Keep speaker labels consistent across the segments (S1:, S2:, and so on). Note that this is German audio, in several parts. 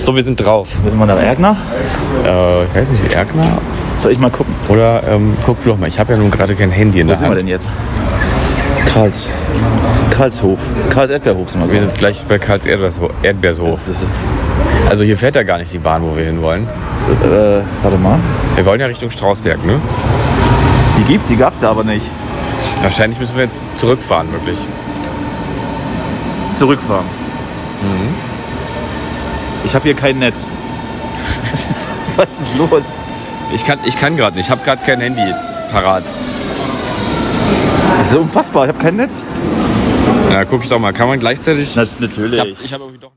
S1: So, wir sind drauf.
S2: Wissen wir nach Erkner?
S1: Äh, ich weiß nicht, Erkner?
S2: Soll ich mal gucken?
S1: Oder ähm, guck du doch mal, ich habe ja nun gerade kein Handy in
S2: Wo
S1: der
S2: sind wir
S1: Hand.
S2: denn jetzt? Karls. Karlshof. Karls Erdbeerhof sind wir.
S1: Wir
S2: gerade.
S1: sind gleich bei Karls Erdbeersho- Erdbeershof.
S2: Das ist,
S1: Also hier fährt ja gar nicht die Bahn, wo wir hinwollen.
S2: äh, warte mal.
S1: Wir wollen ja Richtung Strausberg, ne?
S2: Die gibt, die gab's da aber nicht.
S1: Wahrscheinlich müssen wir jetzt zurückfahren, wirklich.
S2: Zurückfahren. Mhm. Ich habe hier kein Netz. Was ist los?
S1: Ich kann, ich kann gerade nicht, ich habe gerade kein Handy parat.
S2: Das ist unfassbar. Ich habe kein Netz.
S1: Na, guck ich doch mal, kann man gleichzeitig...
S2: natürlich.
S1: ich hab irgendwie doch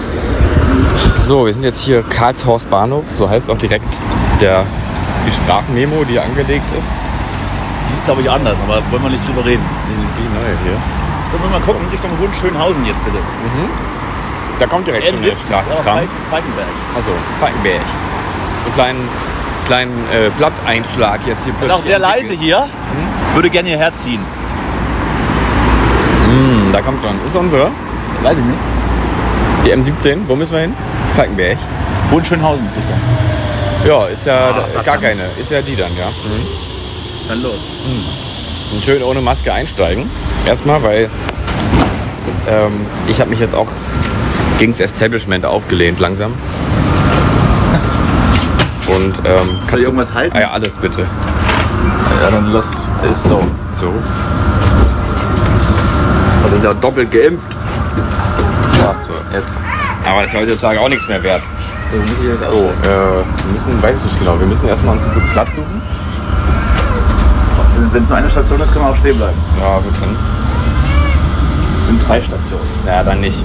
S1: nicht. So, wir sind jetzt hier Karlshorst Bahnhof, so heißt auch direkt der, die Sprachmemo, die angelegt ist.
S2: die ist, glaube ich, anders, aber wollen wir nicht drüber reden.
S1: Die neue hier.
S2: Wollen wir mal gucken Richtung Hohenschönhausen jetzt bitte.
S1: Da kommt direkt schon der
S2: N17,
S1: Straßentram.
S2: aber Falkenberg.
S1: Also, Falkenberg. So einen kleinen, kleinen äh, Blatteinschlag jetzt hier
S2: Ist auch sehr leise hier. Würde gerne hierher ziehen.
S1: Hm, da kommt schon. Ist unsere?
S2: Weiß ich nicht.
S1: Die M17. Wo müssen wir hin? Falkenberg.
S2: Hohenschönhausen, Richtung.
S1: Ja, ist ja
S2: Ah,
S1: da- äh, gar
S2: verdammt.
S1: keine. Ist ja die dann, ja. Mhm.
S2: Dann los.
S1: Und schön ohne Maske einsteigen. Erstmal, weil ähm, ich habe mich jetzt auch gegen das Establishment aufgelehnt langsam. Und ähm, kannst
S2: irgendwas halten?
S1: Ah, ja, alles bitte.
S2: Ah Ja, dann lass. Ist so.
S1: So. Also ist ja doppelt geimpft. Ja, so, jetzt. Aber das ist heutzutage auch nichts mehr wert. So, äh, wir müssen, weiß ich nicht genau, wir müssen erstmal uns einen guten Platz suchen.
S2: Wenn es nur eine Station ist, können wir auch stehen bleiben.
S1: Ja, wir können.
S2: Es sind drei Stationen.
S1: Naja, dann nicht.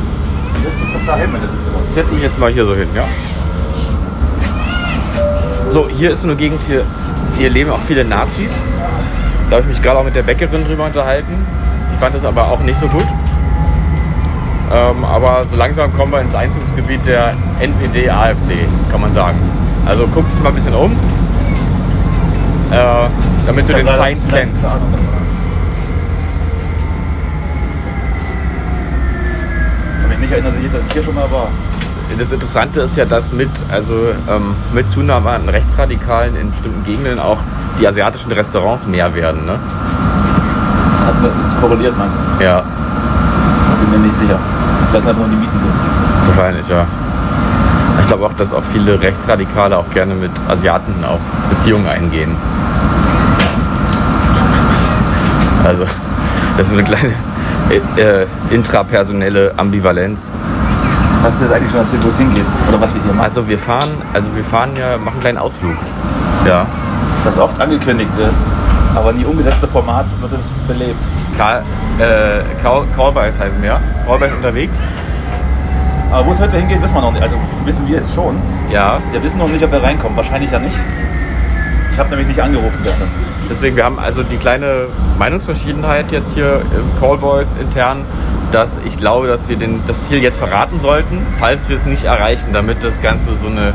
S1: Ich setze mich jetzt mal hier so hin, ja? So, hier ist so eine Gegend, hier, hier leben auch viele Nazis. Da habe ich mich gerade auch mit der Bäckerin drüber unterhalten. Die fand das aber auch nicht so gut. Ähm, aber so langsam kommen wir ins Einzugsgebiet der NPD-AfD, kann man sagen. Also guck dich mal ein bisschen um, äh, damit du den Feind kennst.
S2: Mich nicht erinnert sich, dass ich hier schon mal war.
S1: Das Interessante ist ja, dass mit, also, ähm, mit Zunahme an Rechtsradikalen in bestimmten Gegenden auch die asiatischen Restaurants mehr werden. Ne?
S2: Das hat das korreliert, meinst du?
S1: Ja,
S2: Bin mir nicht sicher. Ich weiß einfach nur die Mieten günstiger.
S1: wahrscheinlich, ja. Ich glaube auch, dass auch viele Rechtsradikale auch gerne mit Asiaten auch Beziehungen eingehen. Also, das ist eine kleine äh, äh, intrapersonelle Ambivalenz.
S2: Hast du jetzt eigentlich schon erzählt, wo es hingeht? Oder was wir hier machen?
S1: Also wir fahren, also wir fahren ja, machen einen kleinen Ausflug. Ja.
S2: Das oft angekündigte, aber nie umgesetzte Format wird es belebt.
S1: Karl, äh, Karl, Callboys heißen wir. Callboys unterwegs.
S2: Aber wo es heute hingeht, wissen wir noch nicht. Also wissen wir jetzt schon.
S1: Ja,
S2: Wir wissen noch nicht, ob wir reinkommen. Wahrscheinlich ja nicht. Ich habe nämlich nicht angerufen gestern.
S1: deswegen, wir haben also die kleine Meinungsverschiedenheit jetzt hier im Callboys intern, dass ich glaube, dass wir den, das Ziel jetzt verraten sollten, falls wir es nicht erreichen, damit das Ganze so eine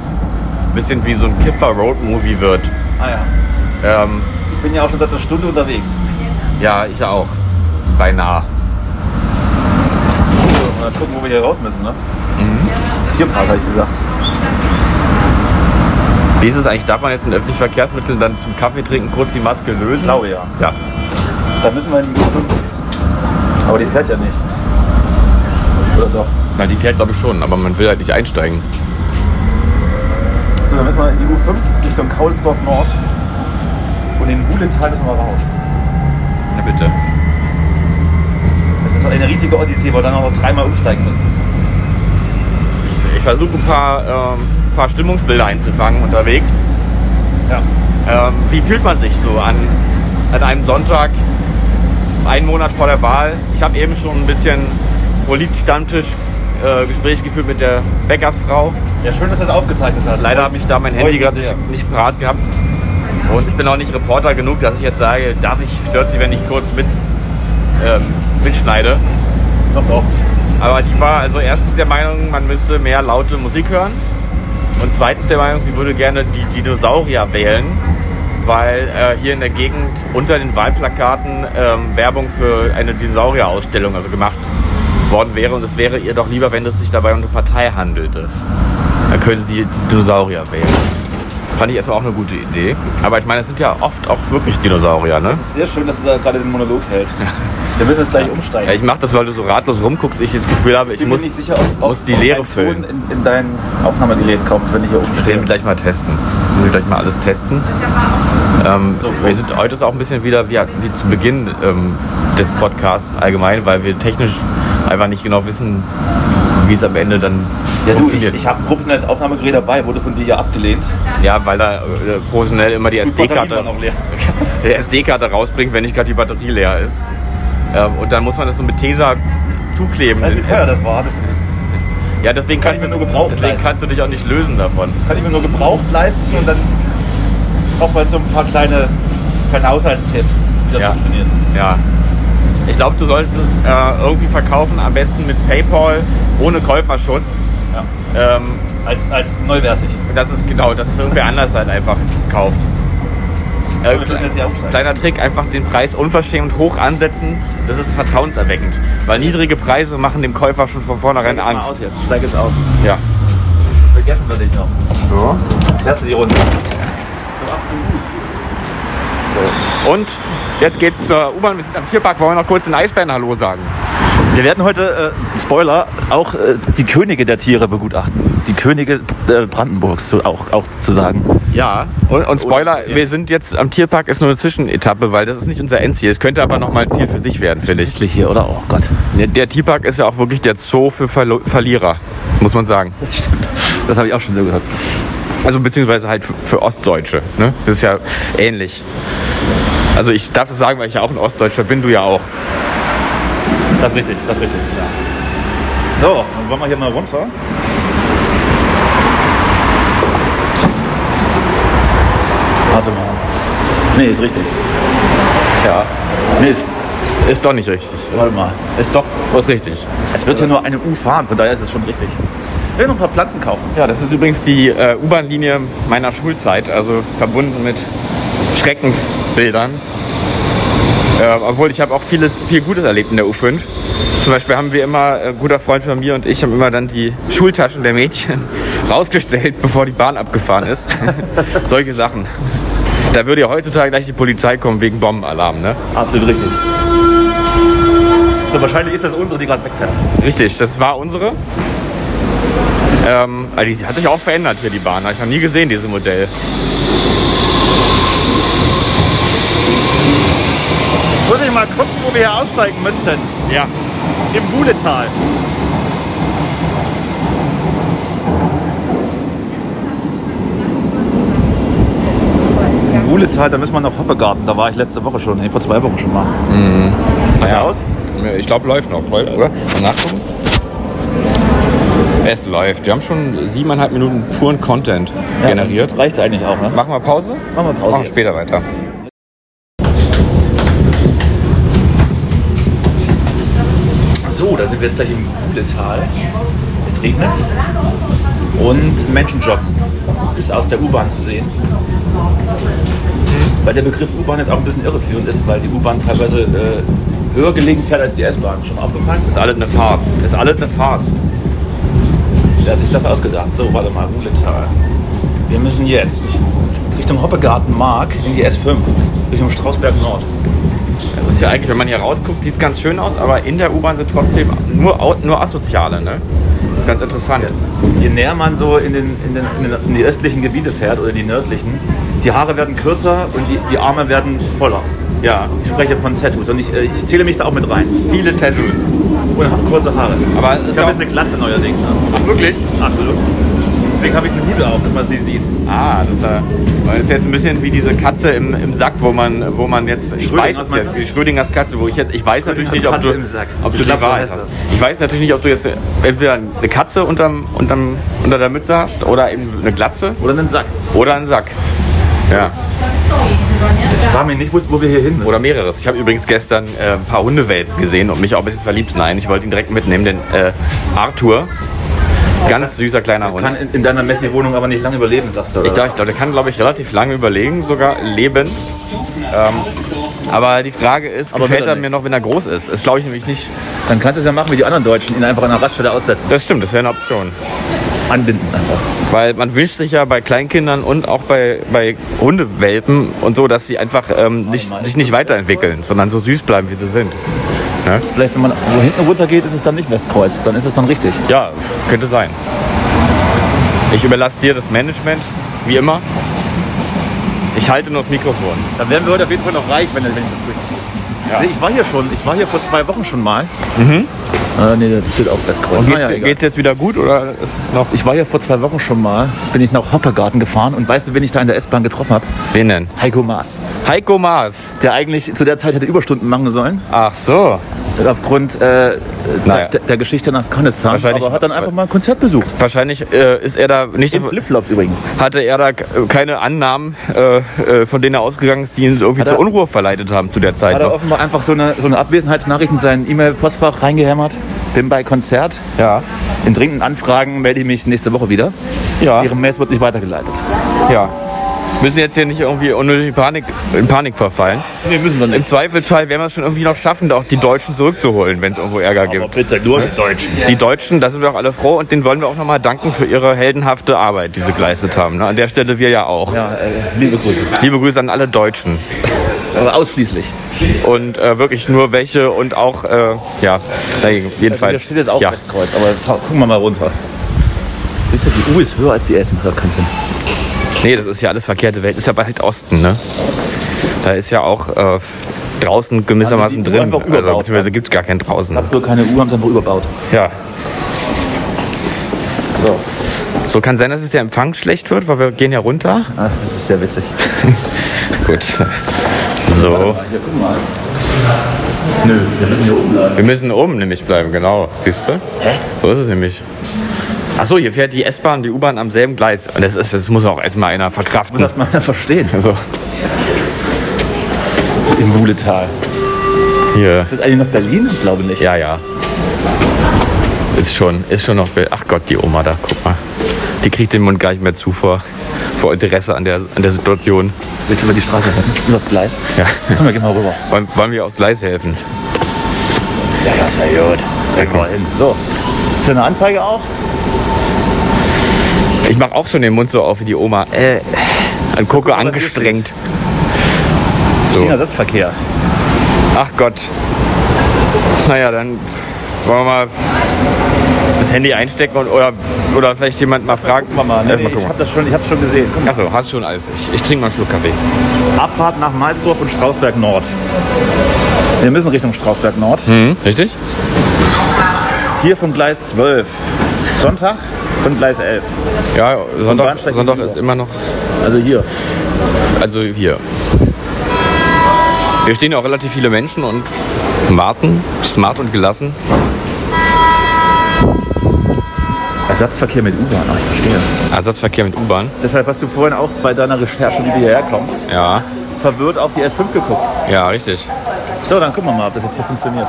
S1: bisschen wie so ein Kiffer-Road-Movie wird.
S2: Ah ja.
S1: Ähm,
S2: Ich bin ja auch schon seit einer Stunde unterwegs.
S1: ja, ich auch. Beinahe.
S2: So, Also, mal gucken, wo wir hier raus müssen, ne? Tierpark, habe ich gesagt.
S1: Wie ist es eigentlich? Darf man jetzt in öffentlichen Verkehrsmitteln dann zum Kaffee trinken kurz die Maske lösen?
S2: Ich glaube ja.
S1: Ja.
S2: Da müssen wir in die Stunde. Aber die fährt ja nicht. Oder doch?
S1: Na, die fährt glaube ich schon, aber man will halt nicht einsteigen.
S2: So, dann müssen wir in die U5 Richtung Kaulsdorf Nord. Und in Hulental müssen wir raus.
S1: Na bitte.
S2: Das ist eine riesige Odyssee, weil wir dann auch noch dreimal umsteigen müssen.
S1: Ich ich versuche ein paar, ähm, paar Stimmungsbilder einzufangen unterwegs.
S2: Ja.
S1: Ähm, wie fühlt man sich so an, an einem Sonntag, einen Monat vor der Wahl? Ich habe eben schon ein bisschen Polit-Stammtisch-Gespräch geführt mit der Bäckersfrau.
S2: Ja, schön, dass du das aufgezeichnet hast.
S1: Leider habe ich da mein Handy
S2: mich
S1: gerade
S2: sehr.
S1: nicht, nicht parat gehabt. Und ich bin auch nicht Reporter genug, dass ich jetzt sage, darf ich, stört sie, wenn ich kurz mit, ähm, mitschneide.
S2: Doch, doch.
S1: Aber die war also erstens der Meinung, man müsste mehr laute Musik hören. Und zweitens der Meinung, sie würde gerne die Dinosaurier wählen, weil äh, hier in der Gegend unter den Wahlplakaten ähm, Werbung für eine Dinosaurier-Ausstellung also gemacht worden wäre. Und es wäre ihr doch lieber, wenn es sich dabei um eine Partei handelte. Dann könnte sie die Dinosaurier wählen. Fand ich erstmal auch eine gute Idee. Aber ich meine, es sind ja oft auch wirklich Dinosaurier, ne?
S2: Es ist sehr schön, dass du da gerade den Monolog hältst. Wir müssen jetzt gleich umsteigen.
S1: Ja, ich mach das, weil du so ratlos rumguckst, ich das Gefühl habe, ich,
S2: bin
S1: muss,
S2: mir nicht sicher, ob, ob
S1: muss die
S2: ob
S1: Leere
S2: ein
S1: füllen.
S2: Ton In, in dein Aufnahmegerät kommt, wenn ich hier
S1: Das werden
S2: umstehe.
S1: wir gleich mal testen. Das müssen wir gleich mal alles testen. Ähm, wir sind heute ist auch ein bisschen wieder wie, wie zu Beginn ähm, des Podcasts allgemein, weil wir technisch einfach nicht genau wissen, wie es am Ende dann
S2: Ja, du, ich,
S1: funktioniert.
S2: ich habe ein professionelles Aufnahmegerät dabei, wurde von dir ja abgelehnt.
S1: ja, weil da äh, professionell immer die
S2: Batterie war
S1: SD-Karte
S2: noch leer.
S1: der SD-Karte rausbringt, wenn nicht gerade die Batterie leer ist. Ähm, und dann muss man das so mit Tesa zukleben.
S2: Weißt du,
S1: den
S2: wie teuer
S1: Test.
S2: das war? Das das
S1: ja, deswegen,
S2: kann
S1: kannst
S2: ich
S1: du,
S2: mir nur gebraucht
S1: deswegen
S2: leisten.
S1: kannst du dich auch nicht lösen davon.
S2: kann ich mir nur gebraucht leisten und dann braucht man so ein paar kleine, kleine Haushaltstipps, wie das
S1: Ja.
S2: funktioniert.
S1: Ja. Ich glaube, du solltest es äh, irgendwie verkaufen, am besten mit PayPal, ohne Käuferschutz.
S2: Ja.
S1: Ähm,
S2: Als, als neuwertig.
S1: das ist genau, das ist irgendwer anders halt einfach gekauft. Äh,
S2: Aber wir müssen jetzt hier aufsteigen.
S1: kleiner Trick, einfach den Preis unverschämt hoch ansetzen, das ist vertrauenserweckend. Weil niedrige Preise machen dem Käufer schon von vornherein
S2: Steig jetzt mal
S1: Angst.
S2: Aus jetzt. Steig jetzt aus.
S1: Ja.
S2: Vergessen wir dich noch.
S1: So.
S2: Lass die Runde.
S1: Und jetzt geht's zur U-Bahn, wir sind am Tierpark, wollen wir noch kurz den Eisbären Hallo sagen.
S2: Wir werden heute, äh, Spoiler, auch äh, die Könige der Tiere begutachten. Die Könige äh, Brandenburgs zu, auch, auch zu sagen.
S1: Ja, und, und Spoiler,
S2: Oder- Oh, ja.
S1: wir sind jetzt am Tierpark, ist nur eine Zwischenetappe, weil das ist nicht unser Endziel. Es könnte aber nochmal ein Ziel für sich werden, finde ich.
S2: Hässlich hier, oder? Oh Gott.
S1: Der, der Tierpark ist ja auch wirklich der Zoo für Verlo Verlierer, muss man sagen.
S2: Das habe ich auch schon so gehört.
S1: Also beziehungsweise halt für, für Ostdeutsche. Ne? Das ist ja ähnlich. Also ich darf das sagen, weil ich ja auch ein Ostdeutscher bin, du ja auch.
S2: Das ist richtig, das ist richtig. So, dann wollen wir hier mal runter. Warte mal. Nee, ist richtig.
S1: Ja.
S2: Nee, ist,
S1: Ist doch nicht richtig.
S2: warte mal.
S1: Ist doch was richtig.
S2: Es wird hier nur eine U fahren, von daher ist es schon richtig. Ich will noch ein paar Pflanzen kaufen.
S1: Ja, das ist übrigens die äh, U-Bahn-Linie meiner Schulzeit, also verbunden mit Schreckensbildern. Äh, obwohl ich habe auch vieles, viel Gutes erlebt in der U5. Zum Beispiel haben wir immer, äh, guter Freund von mir und ich, haben immer dann die Schultaschen der Mädchen rausgestellt, bevor die Bahn abgefahren ist. Solche Sachen. Da würde ja heutzutage gleich die Polizei kommen wegen Bombenalarm, ne?
S2: Absolut richtig. So, wahrscheinlich ist das unsere, die gerade wegfährt.
S1: Richtig, das war unsere. Ähm, also die hat sich auch verändert hier, die Bahn. Habe ich noch nie gesehen, dieses Modell.
S2: Würde ich mal gucken, wo wir hier aussteigen müssten.
S1: Ja.
S2: Im Wuhletal. Wuhletal, da müssen wir nach Hoppegarten. Da war ich letzte Woche schon, nee, vor zwei Wochen schon mal. Pass
S1: Ja.
S2: aus.
S1: Ich glaube, läuft noch, läuft, oder? Mal nachgucken. Es läuft. Wir haben schon siebeneinhalb Minuten puren Content generiert.
S2: Reicht eigentlich auch, ne?
S1: Machen wir Pause?
S2: Machen wir Pause
S1: Machen wir
S2: jetzt.
S1: später weiter.
S2: So, da sind wir jetzt gleich im Kuhletal. Es regnet. Und Menschen joggen. Ist aus der U-Bahn zu sehen. Weil der Begriff U-Bahn jetzt auch ein bisschen irreführend ist, weil die U-Bahn teilweise äh, höher gelegen fährt als die S-Bahn. Schon aufgefallen?
S1: Ist alles eine Farce. Ist alles eine Farce.
S2: Wer hat sich das ausgedacht? So, warte mal, Ruhletal. Wir müssen jetzt Richtung Hoppegarten Mark in die S5, Richtung Strausberg Nord.
S1: Das ist ja eigentlich, wenn man hier rausguckt, sieht es ganz schön aus, aber in der U-Bahn sind trotzdem nur, Au- nur Asoziale, ne? Das ist ganz interessant.
S2: Je näher man so in, den, in, den, in, den, in die östlichen Gebiete fährt oder die nördlichen, die Haare werden kürzer und die, die Arme werden voller.
S1: Ja,
S2: Ich spreche von Tattoos und ich, äh, ich zähle mich da auch mit rein.
S1: viele Tattoos.
S2: Und habe kurze Haare.
S1: Aber es
S2: ich
S1: ist
S2: habe
S1: auch-
S2: jetzt eine Glatze neuerdings. Ne?
S1: Ach, wirklich?
S2: Absolut. Deswegen habe ich eine Hüte auf, dass man es nicht sieht.
S1: Ah, das ist, äh, das ist jetzt ein bisschen wie diese Katze im, im Sack, wo man, wo man jetzt, ich
S2: Schrödinger,
S1: weiß es
S2: was meinst
S1: jetzt,
S2: du?
S1: die Schrödingers Katze, wo ich jetzt, ich weiß natürlich nicht, ob
S2: Schrödingers
S1: du,
S2: Katze im Sack.
S1: ob du
S2: Ich
S1: die
S2: glaub, so
S1: Wahrheit
S2: heißt
S1: hast.
S2: das.
S1: Ich weiß natürlich nicht, ob du jetzt entweder eine Katze unterm, unterm, unter der Mütze hast oder eben eine Glatze
S2: Oder einen Sack.
S1: oder einen Sack. Ja,
S2: Ich frage mich nicht, wo, wo wir hier hin müssen.
S1: oder mehreres. Ich habe übrigens gestern äh, ein paar Hundewelpen gesehen und mich auch ein bisschen verliebt. Nein, ich wollte ihn direkt mitnehmen, denn äh, Arthur, ganz süßer kleiner Hund.
S2: kann in, in deiner Messi-Wohnung aber nicht lange überleben, sagst du. oder?
S1: Ich glaube, ich glaub, der kann, glaube ich, relativ lange überlegen, sogar leben. Ähm, aber die Frage ist,
S2: Aber
S1: gefällt
S2: will er
S1: er mir noch, wenn er groß ist? Das glaube ich nämlich nicht.
S2: Dann kannst du es ja machen wie die anderen Deutschen, ihn einfach an einer Raststelle aussetzen.
S1: Das stimmt, das wäre eine Option.
S2: Anbinden einfach.
S1: Weil man wünscht sich ja bei Kleinkindern und auch bei, bei Hundewelpen und so, dass sie einfach ähm, nicht, sich nicht weiterentwickeln, sondern so süß bleiben, wie sie sind.
S2: Vielleicht, wenn man wo hinten runter geht, ist es dann nicht Westkreuz. Dann ist es dann richtig.
S1: Ja, könnte sein. Ich überlasse dir das Management, wie immer. Ich halte nur das Mikrofon.
S2: Dann wären wir heute auf jeden Fall noch reich, wenn, wenn ich das durchziehe.
S1: Ja.
S2: Nee, ich war hier schon, ich war hier vor zwei Wochen schon mal. Mhm. Äh, nee, das steht auch Westkreuz.
S1: Und
S2: Naja,
S1: geht's,
S2: egal.
S1: geht's jetzt wieder gut oder ist es noch.
S2: Ich war hier vor zwei Wochen schon mal, bin ich nach Hoppegarten gefahren und weißt du, wen ich da in der S-Bahn getroffen habe?
S1: Wen denn?
S2: Heiko Maas,
S1: Heiko Maas.
S2: der eigentlich zu der Zeit hätte Überstunden machen sollen,
S1: Ach so.
S2: aufgrund äh,
S1: Naja.
S2: der, der Geschichte nach Afghanistan,
S1: Wahrscheinlich-
S2: aber hat dann einfach mal ein Konzert besucht.
S1: Wahrscheinlich äh, ist er da nicht,
S2: In Flipflops übrigens.
S1: hatte er da k- keine Annahmen, äh, äh, von denen er ausgegangen ist, die ihn irgendwie
S2: Hat
S1: zur
S2: er-
S1: Unruhe verleitet haben zu der Zeit.
S2: Hat er offenbar einfach so eine, so eine Abwesenheitsnachricht in sein E-Mail-Postfach reingehämmert. Bin bei Konzert.
S1: ja,
S2: In dringenden Anfragen melde ich mich nächste Woche wieder.
S1: ja,
S2: Ihre Mails wird nicht weitergeleitet.
S1: ja. Müssen jetzt hier nicht irgendwie unnötig Panik, in Panik verfallen.
S2: Nee, müssen wir
S1: Im Zweifelsfall werden wir es schon irgendwie noch schaffen, auch die Deutschen zurückzuholen, wenn es irgendwo Ärger gibt.
S2: bitte nur mit Deutschen.
S1: Die Deutschen, da sind wir auch alle froh und denen wollen wir auch nochmal danken für ihre heldenhafte Arbeit, die sie geleistet haben. ne? An der Stelle wir ja auch.
S2: Ja, äh, liebe Grüße.
S1: Liebe Grüße an alle Deutschen.
S2: Aber ausschließlich.
S1: Und äh, wirklich nur welche und auch, äh, ja, dagegen, jedenfalls.
S2: Also Hier steht jetzt auch
S1: ja.
S2: Westkreuz, aber fa- gucken wir mal runter. Siehst du, die U ist höher als die S im Hörkanten.
S1: Nee, das ist ja alles verkehrte Welt. Ist ja bald Osten, ne? Da ist ja auch äh, draußen gewissermaßen
S2: Haben die die
S1: drin.
S2: einfach
S1: Also,
S2: überbaut,
S1: beziehungsweise gibt es gar kein draußen.
S2: Früher keine U, haben sie einfach überbaut.
S1: Ja.
S2: So,
S1: So kann sein, dass es der Empfang schlecht wird, weil wir gehen ja runter.
S2: Ach, Ah, das ist sehr witzig.
S1: Gut. So.
S2: Hier, guck mal. Nö, wir müssen hier oben bleiben.
S1: Wir müssen oben nämlich bleiben, genau. Siehst du? Hä? So ist es nämlich. Achso, hier fährt die S-Bahn, die U-Bahn am selben Gleis. Und das, ist, das muss auch erstmal einer verkraften.
S2: Das muss man ja verstehen.
S1: So,
S2: Im Wuhletal.
S1: hier.
S2: Ist das eigentlich noch Berlin? Ich glaube nicht.
S1: Ja, ja. Ist schon, ist schon noch. be- Ach Gott, die Oma da, guck mal. Die kriegt den Mund gar nicht mehr zu vor, vor Interesse an der, an der Situation.
S2: Willst du über die Straße helfen? Über das Gleis?
S1: Ja.
S2: Komm, wir gehen mal rüber.
S1: Wollen, wollen wir aufs Gleis helfen?
S2: Ja, das ist ja gut. Kriegen wir hin. So. Ist da eine Anzeige auch?
S1: Ich mache auch schon den Mund so auf wie die Oma. Äh, und gucke angestrengt. So.
S2: Schienenersatzverkehr.
S1: Ach Gott. Naja, dann wollen wir mal das Handy einstecken und oder, oder vielleicht jemand mal fragen.
S2: Mama,
S1: Äh,
S2: nee,
S1: mal
S2: nee, ne? ich
S1: gucken.
S2: hab das schon, ich hab's schon gesehen. Guck
S1: Achso, hast schon alles. Ich, ich trinke mal einen Schluck Kaffee.
S2: mal. Abfahrt nach Malsdorf und Strausberg Nord. Wir müssen Richtung Strausberg Nord.
S1: Hm, richtig?
S2: Hier von Gleis 12. Sonntag von Gleis 11.
S1: Ja, Sonntag,
S2: Bahnsteig
S1: Sonntag
S2: gegenüber.
S1: ist immer noch
S2: Also hier.
S1: Also hier. Hier stehen ja auch relativ viele Menschen und warten, smart und gelassen.
S2: Ersatzverkehr mit U-Bahn. Ach, ich verstehe.
S1: Ersatzverkehr mit U-Bahn.
S2: Deshalb hast du vorhin auch bei deiner Recherche, wie du hierher kommst,
S1: Ja,
S2: verwirrt auf die S5 geguckt.
S1: ja, richtig.
S2: So, dann gucken wir mal, ob das jetzt hier funktioniert.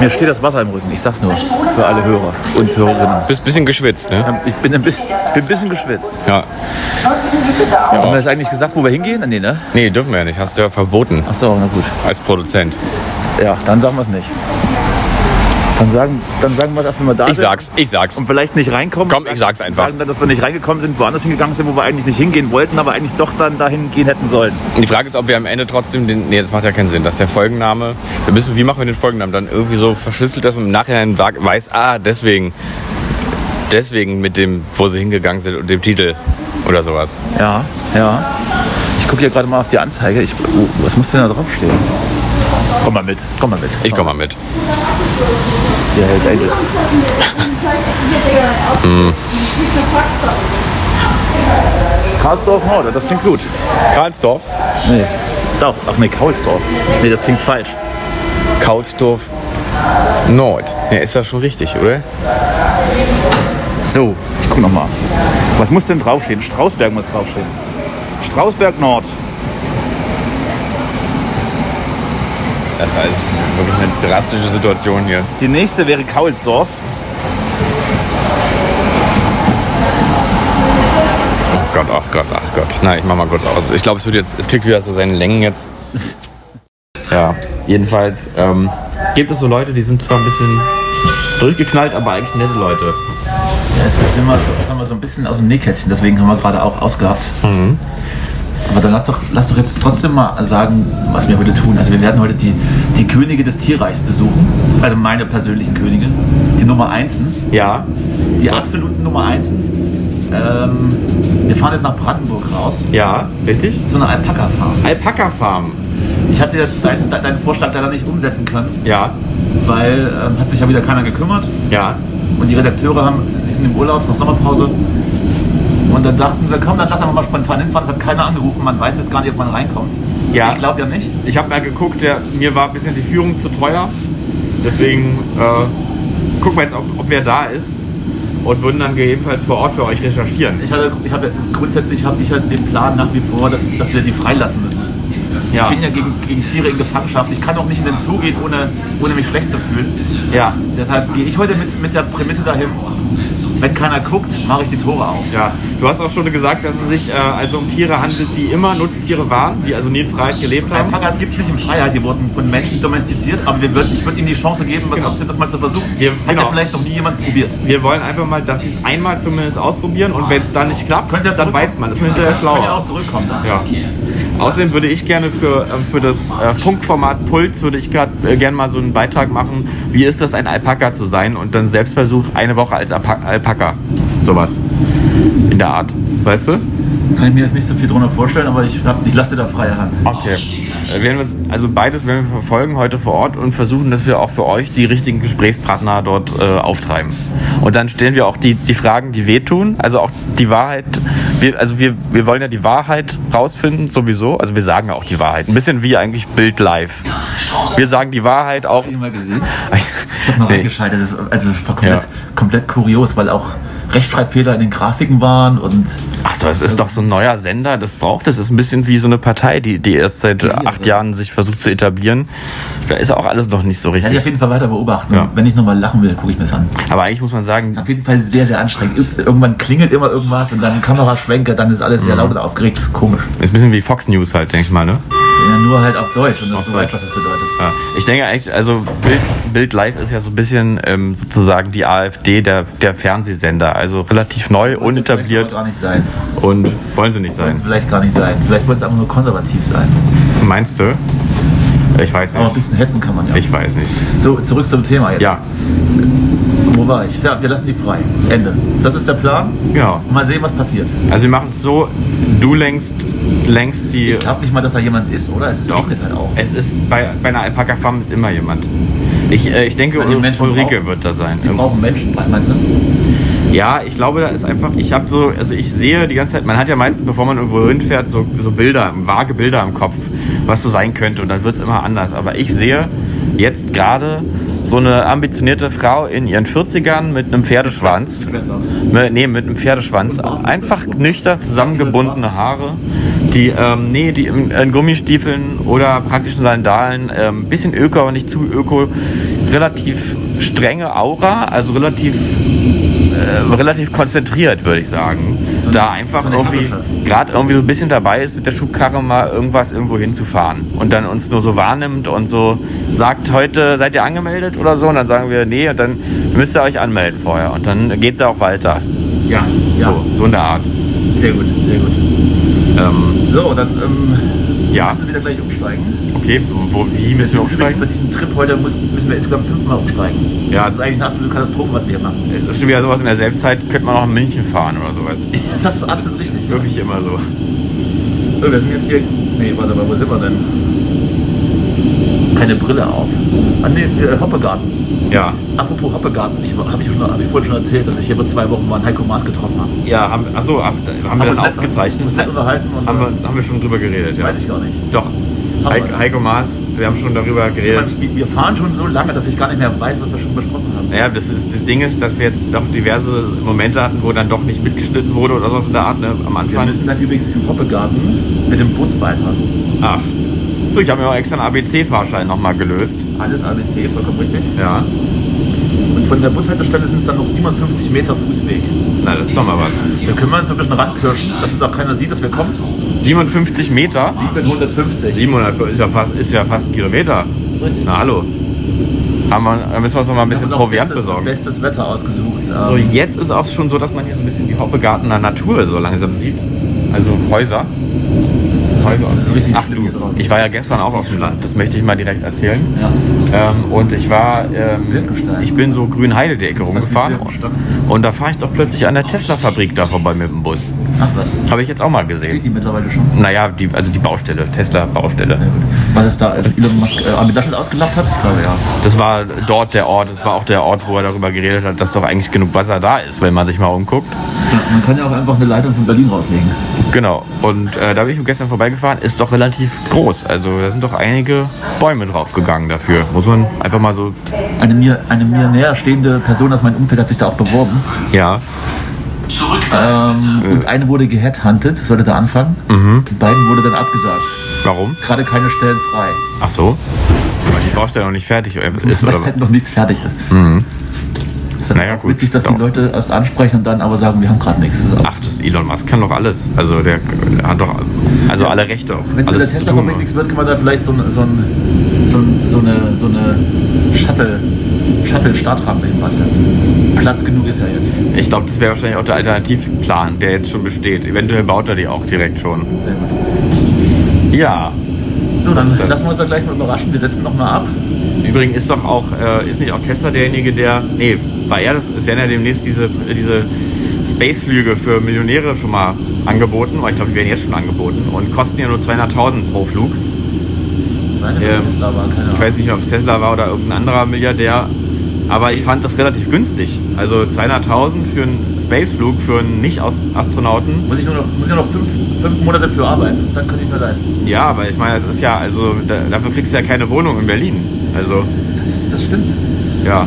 S2: Mir steht das Wasser im Rücken. Ich sag's nur für alle Hörer und Hörerinnen.
S1: Bist ein bisschen geschwitzt, ne?
S2: Ich bin ein bisschen, bin ein bisschen geschwitzt.
S1: Ja.
S2: Haben wir das eigentlich gesagt, wo wir hingehen? Nee, ne?
S1: Nee, dürfen wir ja nicht. Hast du ja verboten
S2: Achso, na gut.
S1: als Produzent.
S2: Ja, dann sagen wir es nicht. Dann sagen, dann sagen wir es erst, wenn wir da
S1: Ich
S2: sind.
S1: sag's, ich sag's.
S2: Und vielleicht nicht reinkommen.
S1: Komm, ich sag's einfach.
S2: Sagen dann, dass wir nicht reingekommen sind, woanders hingegangen sind, wo wir eigentlich nicht hingehen wollten, aber eigentlich doch dann dahin gehen hätten sollen.
S1: Die Frage ist, ob wir am Ende trotzdem den. Nee, das macht ja keinen Sinn. Dass der Folgenname. Wir müssen, wie machen wir den Folgennamen? Dann irgendwie so verschlüsselt, dass man im Nachhinein wa- weiß, ah, deswegen. Deswegen mit dem, wo sie hingegangen sind und dem Titel oder sowas.
S2: Ja, ja. Ich Ich gucke hier gerade mal auf die Anzeige. Ich, oh, was muss denn da draufstehen? Komm mal mit, komm mal mit.
S1: Ich komme mal mit.
S2: Hier hält Angel.
S1: Mm.
S2: Karlsdorf Morde, das klingt gut.
S1: Karlsdorf.
S2: Nee. Doch, ach nee, Kaulsdorf. Nee, das klingt falsch.
S1: Karlsdorf Nord. Ja, ist das schon richtig, oder? So.
S2: Ich guck nochmal. Was muss denn draufstehen? Strausberg muss draufstehen. Strausberg Nord.
S1: Das ist alles wirklich eine drastische Situation hier.
S2: Die nächste wäre Kaulsdorf.
S1: Oh Gott, ach Gott, ach Gott. Na, ich mach mal kurz aus. Ich glaube, es wird jetzt, es kriegt wieder so seine Längen jetzt. Ja, jedenfalls ähm, gibt es so Leute, die sind zwar ein bisschen durchgeknallt, aber eigentlich nette Leute.
S2: Das ist immer so, das haben wir so ein bisschen aus dem Nähkästchen, deswegen haben wir gerade auch ausgehabt.
S1: Mhm.
S2: Aber dann lass doch, lass doch jetzt trotzdem mal sagen, was wir heute tun. Also wir werden heute die, die Könige des Tierreichs besuchen. Also meine persönlichen Könige. Die Nummer Einsen.
S1: Ja.
S2: Die absoluten Nummer Einsen. Ähm, wir fahren jetzt nach Brandenburg raus.
S1: Ja, richtig?
S2: Zu einer Alpaka-Farm.
S1: Alpaka Farm.
S2: Ich hatte ja deinen dein, deinen Vorschlag leider nicht umsetzen können,
S1: Ja,
S2: weil ähm, hat sich ja wieder keiner gekümmert.
S1: ja.
S2: Und die Redakteure haben, sind sind im Urlaub, noch Sommerpause. Und dann dachten wir, komm, dann lass einfach mal spontan hinfahren. Es hat keiner angerufen. Man weiß jetzt gar nicht, ob man reinkommt.
S1: Ja.
S2: Ich glaube ja nicht.
S1: Ich habe mal geguckt, der, mir war ein bisschen die Führung zu teuer. Deswegen äh, gucken wir jetzt, ob, ob wer da ist und würden dann gegebenenfalls vor Ort für euch recherchieren.
S2: Ich hatte, ich habe, grundsätzlich habe ich halt den Plan nach wie vor, dass, dass wir die freilassen müssen.
S1: Ja.
S2: Ich bin ja gegen, gegen Tiere in Gefangenschaft. Ich kann auch nicht in den Zoo gehen, ohne, ohne mich schlecht zu fühlen.
S1: Ja,
S2: Deshalb gehe ich heute mit, mit der Prämisse dahin, wenn keiner guckt, mache ich die Tore auf.
S1: ja. Du hast auch schon gesagt, dass es sich äh, also um Tiere handelt, die immer Nutztiere waren, die also nie in Freiheit gelebt haben.
S2: Alpakas gibt also es nicht in Freiheit, die wurden von Menschen domestiziert, aber wir würden, ich würde ihnen die Chance geben,
S1: Genau.
S2: trotzdem das mal zu versuchen.
S1: Wir-
S2: Hat
S1: genau.
S2: ja vielleicht noch nie jemand probiert.
S1: Wir wollen einfach mal, dass sie es einmal zumindest ausprobieren und wenn es dann nicht klappt,
S2: Können Sie ja
S1: dann
S2: zurückkommen.
S1: weiß man, ist man hinterher
S2: Können ja
S1: schlauer.
S2: auch zurückkommen. Ne?
S1: Ja. Außerdem würde ich gerne für, ähm, für das äh, Funkformat Puls würde ich grad, äh, gerne mal so einen Beitrag machen, wie ist das ein Alpaka zu sein und dann Selbstversuch eine Woche als Alpa- Alpaka. Sowas. In der Art. Weißt du?
S2: Kann ich mir jetzt nicht so viel drunter vorstellen, aber ich, hab, ich lasse dir da freie Hand.
S1: Okay. Äh, Werden wir, uns- also beides werden wir verfolgen heute vor Ort und versuchen, dass wir auch für euch die richtigen Gesprächspartner dort äh, auftreiben. Und dann stellen wir auch die, die Fragen, die wehtun, also auch die Wahrheit. Wir, also wir, wir wollen ja die Wahrheit rausfinden, sowieso. Also wir sagen ja auch die Wahrheit. Ein bisschen wie eigentlich Bild Live. Wir sagen die Wahrheit auch.
S2: Habt ihr mal gesehen? Ich habe mal
S1: Nee.
S2: reingeschaltet, das, ist- also es war komplett,
S1: Ja.
S2: komplett kurios, weil auch Rechtschreibfehler in den Grafiken waren und
S1: Ach so, es ist doch so ein neuer Sender, das braucht es. Es ist ein bisschen wie so eine Partei, die, die erst seit äh, acht Jahren sich versucht zu etablieren. Da ist auch alles noch nicht so
S2: werde ich auf
S1: richtig.
S2: jeden Fall weiter beobachten.
S1: Ja.
S2: Wenn ich nochmal lachen will, gucke ich mir das an.
S1: Aber eigentlich muss man sagen,
S2: Auf jeden Fall sehr, sehr anstrengend. Ir- Irgendwann klingelt immer irgendwas und dann Kameraschwenke, dann ist alles sehr
S1: Mhm.
S2: laut und aufgeregt. Ist komisch.
S1: Ist ein bisschen wie Fox News halt, denke ich mal, ne?
S2: Ja, nur halt auf Deutsch und du
S1: Deutsch.
S2: weißt, was das bedeutet.
S1: Ja. Ich denke eigentlich, also Bild, Bild Live ist ja so ein bisschen ähm, sozusagen die AfD der, der Fernsehsender. Also relativ neu,
S2: Vielleicht
S1: unetabliert
S2: gar nicht sein.
S1: und wollen sie nicht
S2: Wollen es
S1: sein.
S2: Vielleicht gar nicht sein. Vielleicht wollen es einfach nur konservativ sein.
S1: Meinst du? Ich weiß
S2: Aber ein
S1: nicht.
S2: bisschen hetzen kann man ja.
S1: Ich weiß nicht.
S2: So, zurück zum Thema jetzt.
S1: Ja,
S2: Wo war ich? Ja, wir lassen die frei. Ende. Das ist der Plan.
S1: genau.
S2: Mal sehen, was passiert.
S1: Also wir machen es so, du längst, längst die...
S2: Ich glaube nicht mal, dass da jemand ist, oder? Es ist regnet halt auch.
S1: Es ist, bei, bei einer Alpaka-Farm ist immer jemand. Ich, äh, ich denke,
S2: Bei den
S1: Ul-
S2: Menschen
S1: Ulrike
S2: brauchen-
S1: wird da sein.
S2: Wir brauchen Menschen, meinst du?
S1: Ja, ich glaube, da ist einfach, ich habe so, also ich sehe die ganze Zeit, man hat ja meistens, bevor man irgendwo hinfährt, so, so Bilder, vage Bilder im Kopf, was so sein könnte und dann wird's immer anders. Aber ich sehe jetzt gerade so eine ambitionierte Frau in ihren 40ern mit einem Pferdeschwanz.
S2: Dreadlocks.
S1: Ne, Nee, mit einem Pferdeschwanz. Einfach nüchtern zusammengebundene Haare, die, ähm, nee, die in, in Gummistiefeln oder praktischen Sandalen, ähm, bisschen öko, aber nicht zu öko, relativ strenge Aura, also relativ äh, relativ konzentriert, würde ich sagen.
S2: So eine-
S1: da einfach
S2: so eine
S1: irgendwie
S2: Karre.
S1: gerade irgendwie so ein bisschen dabei ist, mit der Schubkarre mal irgendwas irgendwo hinzufahren und dann uns nur so wahrnimmt und so sagt, heute seid ihr angemeldet oder so und dann sagen wir, nee, und dann müsst ihr euch anmelden vorher und dann geht's ja auch weiter.
S2: Ja. ja.
S1: So, so in der Art.
S2: Sehr gut, sehr gut.
S1: Ähm,
S2: So, dann ähm,
S1: Ja.
S2: müssen wir wieder gleich umsteigen.
S1: okay, wo, wie müssen wir
S2: Für
S1: umsteigen?
S2: diesen Trip heute müssen, müssen wir insgesamt fünfmal umsteigen.
S1: Ja. Äh.
S2: Das ist eigentlich eine absolute Katastrophe, was wir hier machen.
S1: Das ist schon wieder sowas in derselben Zeit, könnte man auch in München fahren oder sowas.
S2: Das ist absolut richtig.
S1: Wirklich immer so.
S2: So, wir sind jetzt hier. Nee, warte mal, wo sind wir denn? Keine Brille auf. Ah, nee, äh, Hoppegarten.
S1: Ja.
S2: Apropos Hoppegarten, ich habe ich, schon- hab ich vorhin schon erzählt, dass ich hier vor zwei Wochen mal einen Heiko Maas getroffen habe.
S1: Ja, haben, achso, haben, haben wir das aufgezeichnet?
S2: Uns nett unterhalten und äh,
S1: Haben wir, haben wir schon drüber geredet, ja.
S2: weiß ich gar nicht.
S1: Doch. Heiko,
S2: wir.
S1: Heiko Maas, wir haben schon darüber geredet.
S2: Wir wir fahren schon so lange, dass ich gar nicht mehr weiß, was wir schon besprochen haben.
S1: Ja, das, ist, das Ding ist, dass wir jetzt doch diverse Momente hatten, wo dann doch nicht mitgeschnitten wurde oder sowas in der Art, ne, am
S2: Wir
S1: Anfang.
S2: müssen dann übrigens im Hoppegarten mit dem Bus weiter.
S1: Ach. Du, ich habe mir auch extra einen ABC-Fahrschein nochmal gelöst.
S2: Alles ABC, vollkommen richtig.
S1: Ja.
S2: Und von der Bushaltestelle sind es dann noch 57 Meter Fußweg.
S1: Na, das ist doch mal was.
S2: Da können wir uns so ein bisschen ranpirschen, dass uns auch keiner sieht, dass wir kommen.
S1: 57 Meter?
S2: Ich bin 150.
S1: 700 ist ja fast, ist ja fast ein Kilometer. Na, hallo. Haben wir, da müssen wir uns noch mal ein bisschen Proviant
S2: bestes,
S1: besorgen.
S2: bestes Wetter ausgesucht.
S1: So,
S2: Ähm,
S1: jetzt ist auch schon so, dass man hier so ein bisschen die Hoppegartener Natur so langsam sieht. Also Häuser. Häuser.
S2: richtig
S1: Ach
S2: schlimm
S1: du,
S2: hier draußen.
S1: ich war ja gestern auch auf dem Land. Das möchte ich mal direkt erzählen.
S2: Ja.
S1: Ähm, und ich war, ähm,
S2: Birkenstein.
S1: ich bin so Grünheide die Ecke rumgefahren.
S2: Birkenstock.
S1: Und da fahre ich doch plötzlich an der Tesla-Fabrik da vorbei mit dem Bus.
S2: Ach was,
S1: Habe ich jetzt auch mal
S2: steht
S1: gesehen.
S2: die mittlerweile schon?
S1: Naja, die, also die Baustelle, Tesla-Baustelle.
S2: Was ist da, als Elon Musk äh, Armin Laschet ausgelacht hat? Ich glaube ja.
S1: Das war dort der Ort, das war auch der Ort, wo er darüber geredet hat, dass doch eigentlich genug Wasser da ist, wenn man sich mal umguckt.
S2: Ja, Man kann ja auch einfach eine Leitung von Berlin rauslegen.
S1: Genau, und äh, da bin ich gestern vorbeigefahren, ist doch relativ groß. Also da sind doch einige Bäume draufgegangen dafür. Muss man einfach mal so,
S2: Eine mir, eine mir näher stehende Person aus meinem Umfeld hat sich da auch beworben.
S1: ja.
S2: Ähm, Und eine wurde geheadhuntet, sollte da anfangen.
S1: Mhm.
S2: Und beiden wurde dann abgesagt.
S1: Warum?
S2: Gerade keine Stellen frei.
S1: Ach so, weil die Baustelle noch nicht fertig ist oder was?
S2: weil
S1: Mhm.
S2: halt noch nichts fertig ist. ist dann
S1: Naja,
S2: auch
S1: gut,
S2: witzig, dass
S1: doch.
S2: die Leute erst ansprechen und dann aber sagen, wir haben gerade nichts. Das ist auch-
S1: Ach, das Elon Musk kann doch alles. Also der hat doch also alle Rechte. auf
S2: Wenn es in der
S1: alles zu tun.
S2: Tesla-Fabrik nichts wird, kann man da vielleicht so, ein- so, ein- so, ein- so eine, so eine Shuttle, Shuttle-Startrampe hinbasteln. Platz genug ist ja jetzt.
S1: Ich glaube, das wäre wahrscheinlich auch der Alternativplan, der jetzt schon besteht. Eventuell baut er die auch direkt schon.
S2: Sehr gut.
S1: Ja.
S2: So, dann
S1: ist das.
S2: lassen wir uns da gleich mal überraschen. Wir setzen nochmal ab.
S1: Übrigens ist doch auch, äh, ist nicht auch Tesla derjenige, der. Nee, war er das? Es werden ja demnächst diese, äh, diese Space-Flüge für Millionäre schon mal angeboten. Aber ich glaube, die werden jetzt schon angeboten und kosten ja nur 200.000 pro Flug.
S2: Nein, das
S1: Ähm,
S2: ist Tesla, aber keine
S1: Ich
S2: Ahnung.
S1: weiß nicht, ob es Tesla war oder irgendein anderer Milliardär. Aber ich fand das relativ günstig. Also 200.000 für einen Spaceflug, für einen Nicht-Astronauten.
S2: Muss ich nur noch, muss ich nur noch fünf, fünf Monate für arbeiten, dann könnte ich es mir leisten.
S1: Ja, aber ich meine, es ist ja, also da, dafür kriegst du ja keine Wohnung in Berlin. Also,
S2: Das, das stimmt.
S1: ja,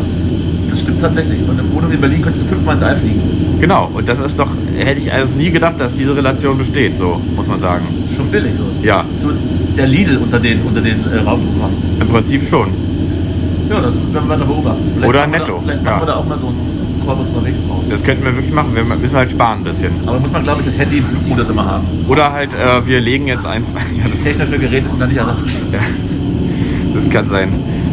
S2: Das stimmt tatsächlich. Von einem Wohnung in Berlin könntest du fünfmal ins Ei fliegen.
S1: genau. Und das ist doch, hätte ich also nie gedacht, dass diese Relation besteht, so muss man sagen.
S2: Schon billig so.
S1: Ja,
S2: So der Lidl unter den, unter den äh, Raumprogrammen.
S1: im Prinzip schon.
S2: Ja, das werden wir da beobachten. Vielleicht
S1: Oder
S2: machen wir
S1: netto,
S2: Da, vielleicht machen
S1: ja.
S2: wir da auch mal so einen Korbus unterwegs draus.
S1: Das könnten wir wirklich machen. Wir müssen halt sparen ein bisschen.
S2: Aber muss man, glaube ich, das Handy im Flugmodus immer haben.
S1: Oder halt, äh, wir legen jetzt einfach. Ja, das,
S2: Technische Geräte sind da nicht erlaubt.
S1: das kann sein.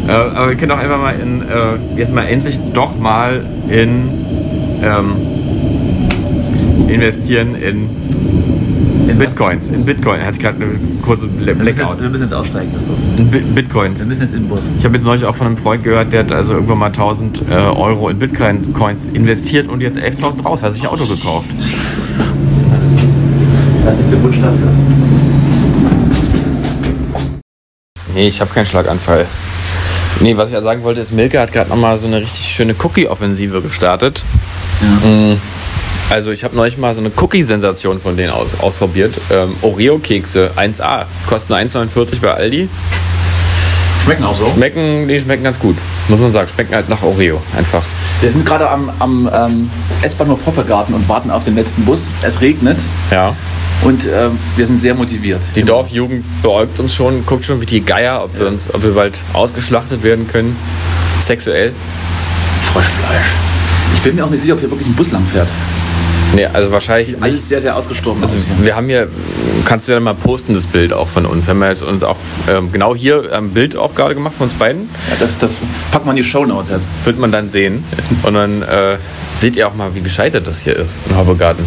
S1: Äh, aber wir können doch einfach mal in, äh, jetzt mal endlich doch mal in, ähm, investieren in Bitcoins. In Bitcoin. Hatte ich gerade eine kurze Bla-
S2: Wir müssen, jetzt,
S1: Blackout.
S2: wir müssen jetzt aussteigen, das ist das.
S1: In Bi- Bitcoins.
S2: Wir müssen jetzt in den Bus.
S1: Ich habe jetzt neulich auch von einem Freund gehört, der hat also irgendwann mal 1000 äh, Euro in Bitcoin-Coins investiert und jetzt 11.000 raus, hat sich ein Auto gekauft.
S2: Herzlichen Glückwunsch dafür.
S1: Nee, ich habe keinen Schlaganfall. Nee, was ich ja sagen wollte, ist, Milke hat gerade nochmal so eine richtig schöne Cookie-Offensive gestartet. Mm, Also ich habe neulich mal so eine Cookie-Sensation von denen aus, ausprobiert. Ähm, Oreo-Kekse, 1A, kosten 1,49 bei Aldi.
S2: Schmecken auch so.
S1: Schmecken, nee, schmecken ganz gut, muss man sagen. Schmecken halt nach Oreo, einfach.
S2: Wir sind gerade am, am ähm, S-Bahnhof Hoppegarten und warten auf den letzten Bus. Es regnet
S1: Ja.
S2: und ähm, wir sind sehr motiviert.
S1: Die Dorfjugend beäugt uns schon, guckt schon wie die Geier, ob wir, uns, ob wir bald ausgeschlachtet werden können. Sexuell.
S2: Froschfleisch. Ich bin mir auch nicht sicher, ob hier wirklich ein Bus lang fährt.
S1: Nee, also wahrscheinlich.
S2: Alles sehr, sehr ausgestorben.
S1: Also
S2: aus hier.
S1: wir haben hier, kannst du ja mal posten, das Bild auch von uns. Wenn wir jetzt uns auch ähm, genau hier ein Bild auch gerade gemacht von uns beiden,
S2: ja, das, das packt man in die Shownotes erst.
S1: wird man dann sehen. Und dann äh, seht ihr auch mal, wie gescheitert das hier ist in Hoppegarten.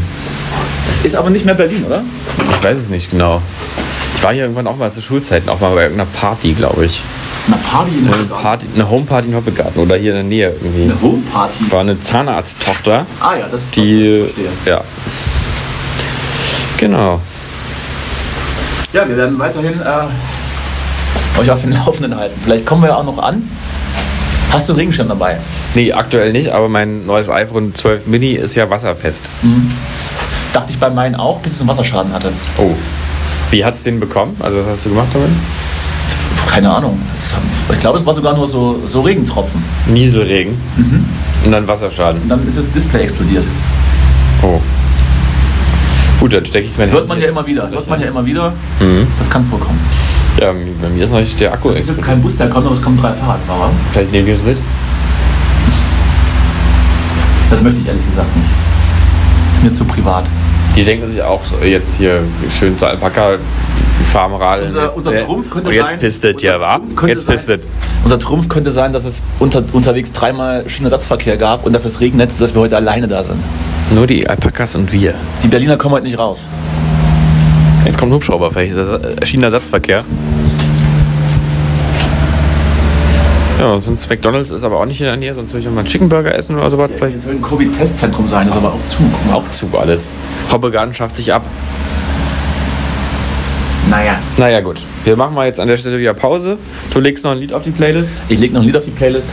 S2: Es ist aber nicht mehr Berlin, oder?
S1: Ich weiß es nicht genau. Ich war hier irgendwann auch mal zu Schulzeiten, auch mal bei irgendeiner Party, glaube ich.
S2: Eine Party in
S1: Eine, Party, eine Homeparty in Hoppegarten oder hier in der Nähe irgendwie.
S2: Eine Homeparty.
S1: War eine Zahnarzttochter.
S2: Ah ja, das
S1: Die.
S2: verstehe.
S1: Ja. Genau.
S2: Ja, wir werden weiterhin äh, euch auf den Laufenden halten. Vielleicht kommen wir ja auch noch an. Hast du einen Regenschirm dabei?
S1: Nee, aktuell nicht, aber mein neues iPhone 12 Mini ist ja wasserfest.
S2: Dachte ich bei meinen auch, bis es einen Wasserschaden hatte.
S1: Oh. Wie hat's den bekommen? Also was hast du gemacht damit?
S2: Puh, Keine Ahnung. Es- Ich glaube, es war sogar nur so, so Regentropfen.
S1: Nieselregen.
S2: Mhm.
S1: Und dann Wasserschaden.
S2: Und dann ist das Display explodiert.
S1: Oh. Gut, dann stecke ich mein
S2: Hört man
S1: Handy
S2: ja
S1: jetzt-
S2: immer wieder. Hört man ja immer wieder. Das kann vorkommen.
S1: Ja, bei mir ist noch nicht der Akku.
S2: Es ist jetzt kein Bus, der kommt, aber es kommen drei Fahrradfahrer.
S1: Vielleicht nehmen wir es mit.
S2: Das möchte ich ehrlich gesagt nicht. Ist mir zu privat.
S1: Die denken sich auch so, jetzt hier schön zur Alpaka-Farmerei.
S2: Unser- unser Trumpf könnte
S1: Und jetzt
S2: sein-
S1: pistet ihr,
S2: unser
S1: wa?
S2: Trumpf könnte
S1: Jetzt
S2: sein-
S1: pistet.
S2: Unser Trumpf könnte sein, dass es unter, unterwegs dreimal Schienenersatzverkehr gab und dass es regnet, dass wir heute alleine da sind.
S1: Nur die Alpakas und wir.
S2: Die Berliner kommen heute nicht raus.
S1: Jetzt kommt ein Hubschrauber, vielleicht äh, erschien Ersatzverkehr. Ja, sonst McDonalds ist aber auch nicht in der Nähe, sonst würde ich noch mal einen Chicken Burger essen oder sowas. Vielleicht
S2: Jetzt wird ein Covid-Testzentrum sein, das ist aber auch zu. Guck mal,
S1: auch zu alles. Hobbegarten schafft sich ab.
S2: Naja.
S1: Naja, gut. Wir machen mal jetzt an der Stelle wieder Pause. Du legst noch ein Lied auf die Playlist.
S2: Ich lege noch ein Lied auf die Playlist.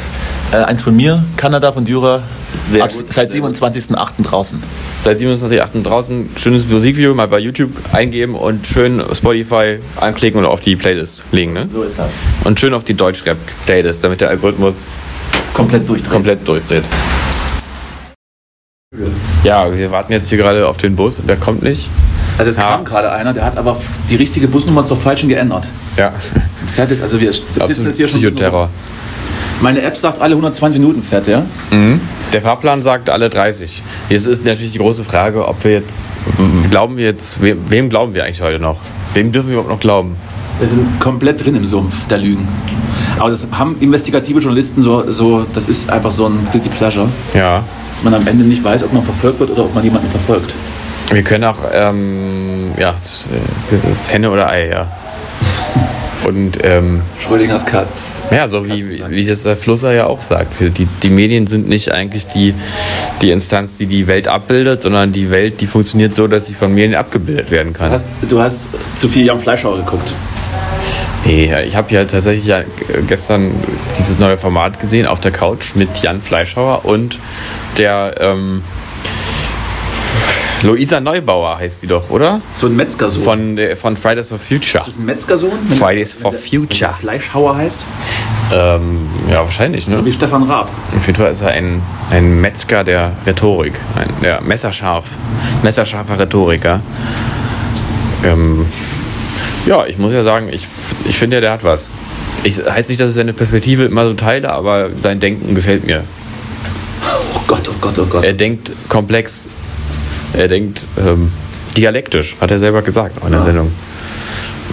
S2: Äh, eins von mir, Kanada von Dürer.
S1: Sehr
S2: ab,
S1: gut.
S2: seit 27.08. draußen.
S1: Seit 27.8. draußen. Schönes Musikvideo mal bei YouTube eingeben und schön Spotify anklicken und auf die Playlist legen. Ne?
S2: So ist das.
S1: Und schön auf die Deutschrap-Playlist, damit der Algorithmus
S2: Komplett durchdrehen.
S1: komplett durchdreht. Ja, wir warten jetzt hier gerade auf den Bus und der kommt nicht.
S2: Also es
S1: Ja.
S2: kam gerade einer, der hat aber die richtige Busnummer zur falschen geändert.
S1: Ja,
S2: Fährt jetzt, also wir sitzen
S1: absolut
S2: jetzt hier schon.
S1: Psychoterror.
S2: Meine App sagt, alle 120 Minuten fährt der. Hm?
S1: Der Fahrplan sagt alle 30. Jetzt ist natürlich die große Frage, ob wir jetzt, glauben wir jetzt, wem, wem glauben wir eigentlich heute noch? Wem dürfen wir überhaupt noch glauben?
S2: Wir sind komplett drin im Sumpf der Lügen. Aber das haben investigative Journalisten so, so das ist einfach so ein guilty pleasure,
S1: Ja.
S2: dass man am Ende nicht weiß, ob man verfolgt wird oder ob man jemanden verfolgt.
S1: Wir können auch, ähm, ja, das das ist Henne oder Ei, ja. Und, ähm,
S2: Schrödingers Katz.
S1: ja, so wie, wie das der Flusser ja auch sagt. wir- Die, die Medien sind nicht eigentlich die, die Instanz, die die Welt abbildet, sondern die Welt, die funktioniert so, dass sie von Medien abgebildet werden kann.
S2: Du hast, du hast zu viel Jan Fleischhauer geguckt.
S1: Nee, ja, ich habe ja tatsächlich ja äh, gestern dieses neue Format gesehen auf der Couch mit Jan Fleischhauer und der ähm, Luisa Neubauer heißt die doch, oder?
S2: So ein Metzgersohn.
S1: Von, der- von Fridays for Future.
S2: ist das ein Metzgersohn? Wenn-
S1: Fridays
S2: wenn
S1: for
S2: der-
S1: Future.
S2: wenn der Fleischhauer heißt?
S1: Ähm, ja, wahrscheinlich, ne?
S2: Wie Stefan Raab.
S1: Auf jeden Fall ist er ein, ein Metzger der Rhetorik. Ein ja, messerscharf. Messerscharfer Rhetoriker. Ähm, ja, ich muss ja sagen, ich, f- ich finde, ja, der hat was. Ich heißt nicht, dass ich seine Perspektive immer so teile, aber sein Denken gefällt mir.
S2: Oh Gott, oh Gott, oh Gott.
S1: Er denkt komplex. Er denkt ähm, dialektisch, hat er selber gesagt auch in der
S2: Ja.
S1: Sendung.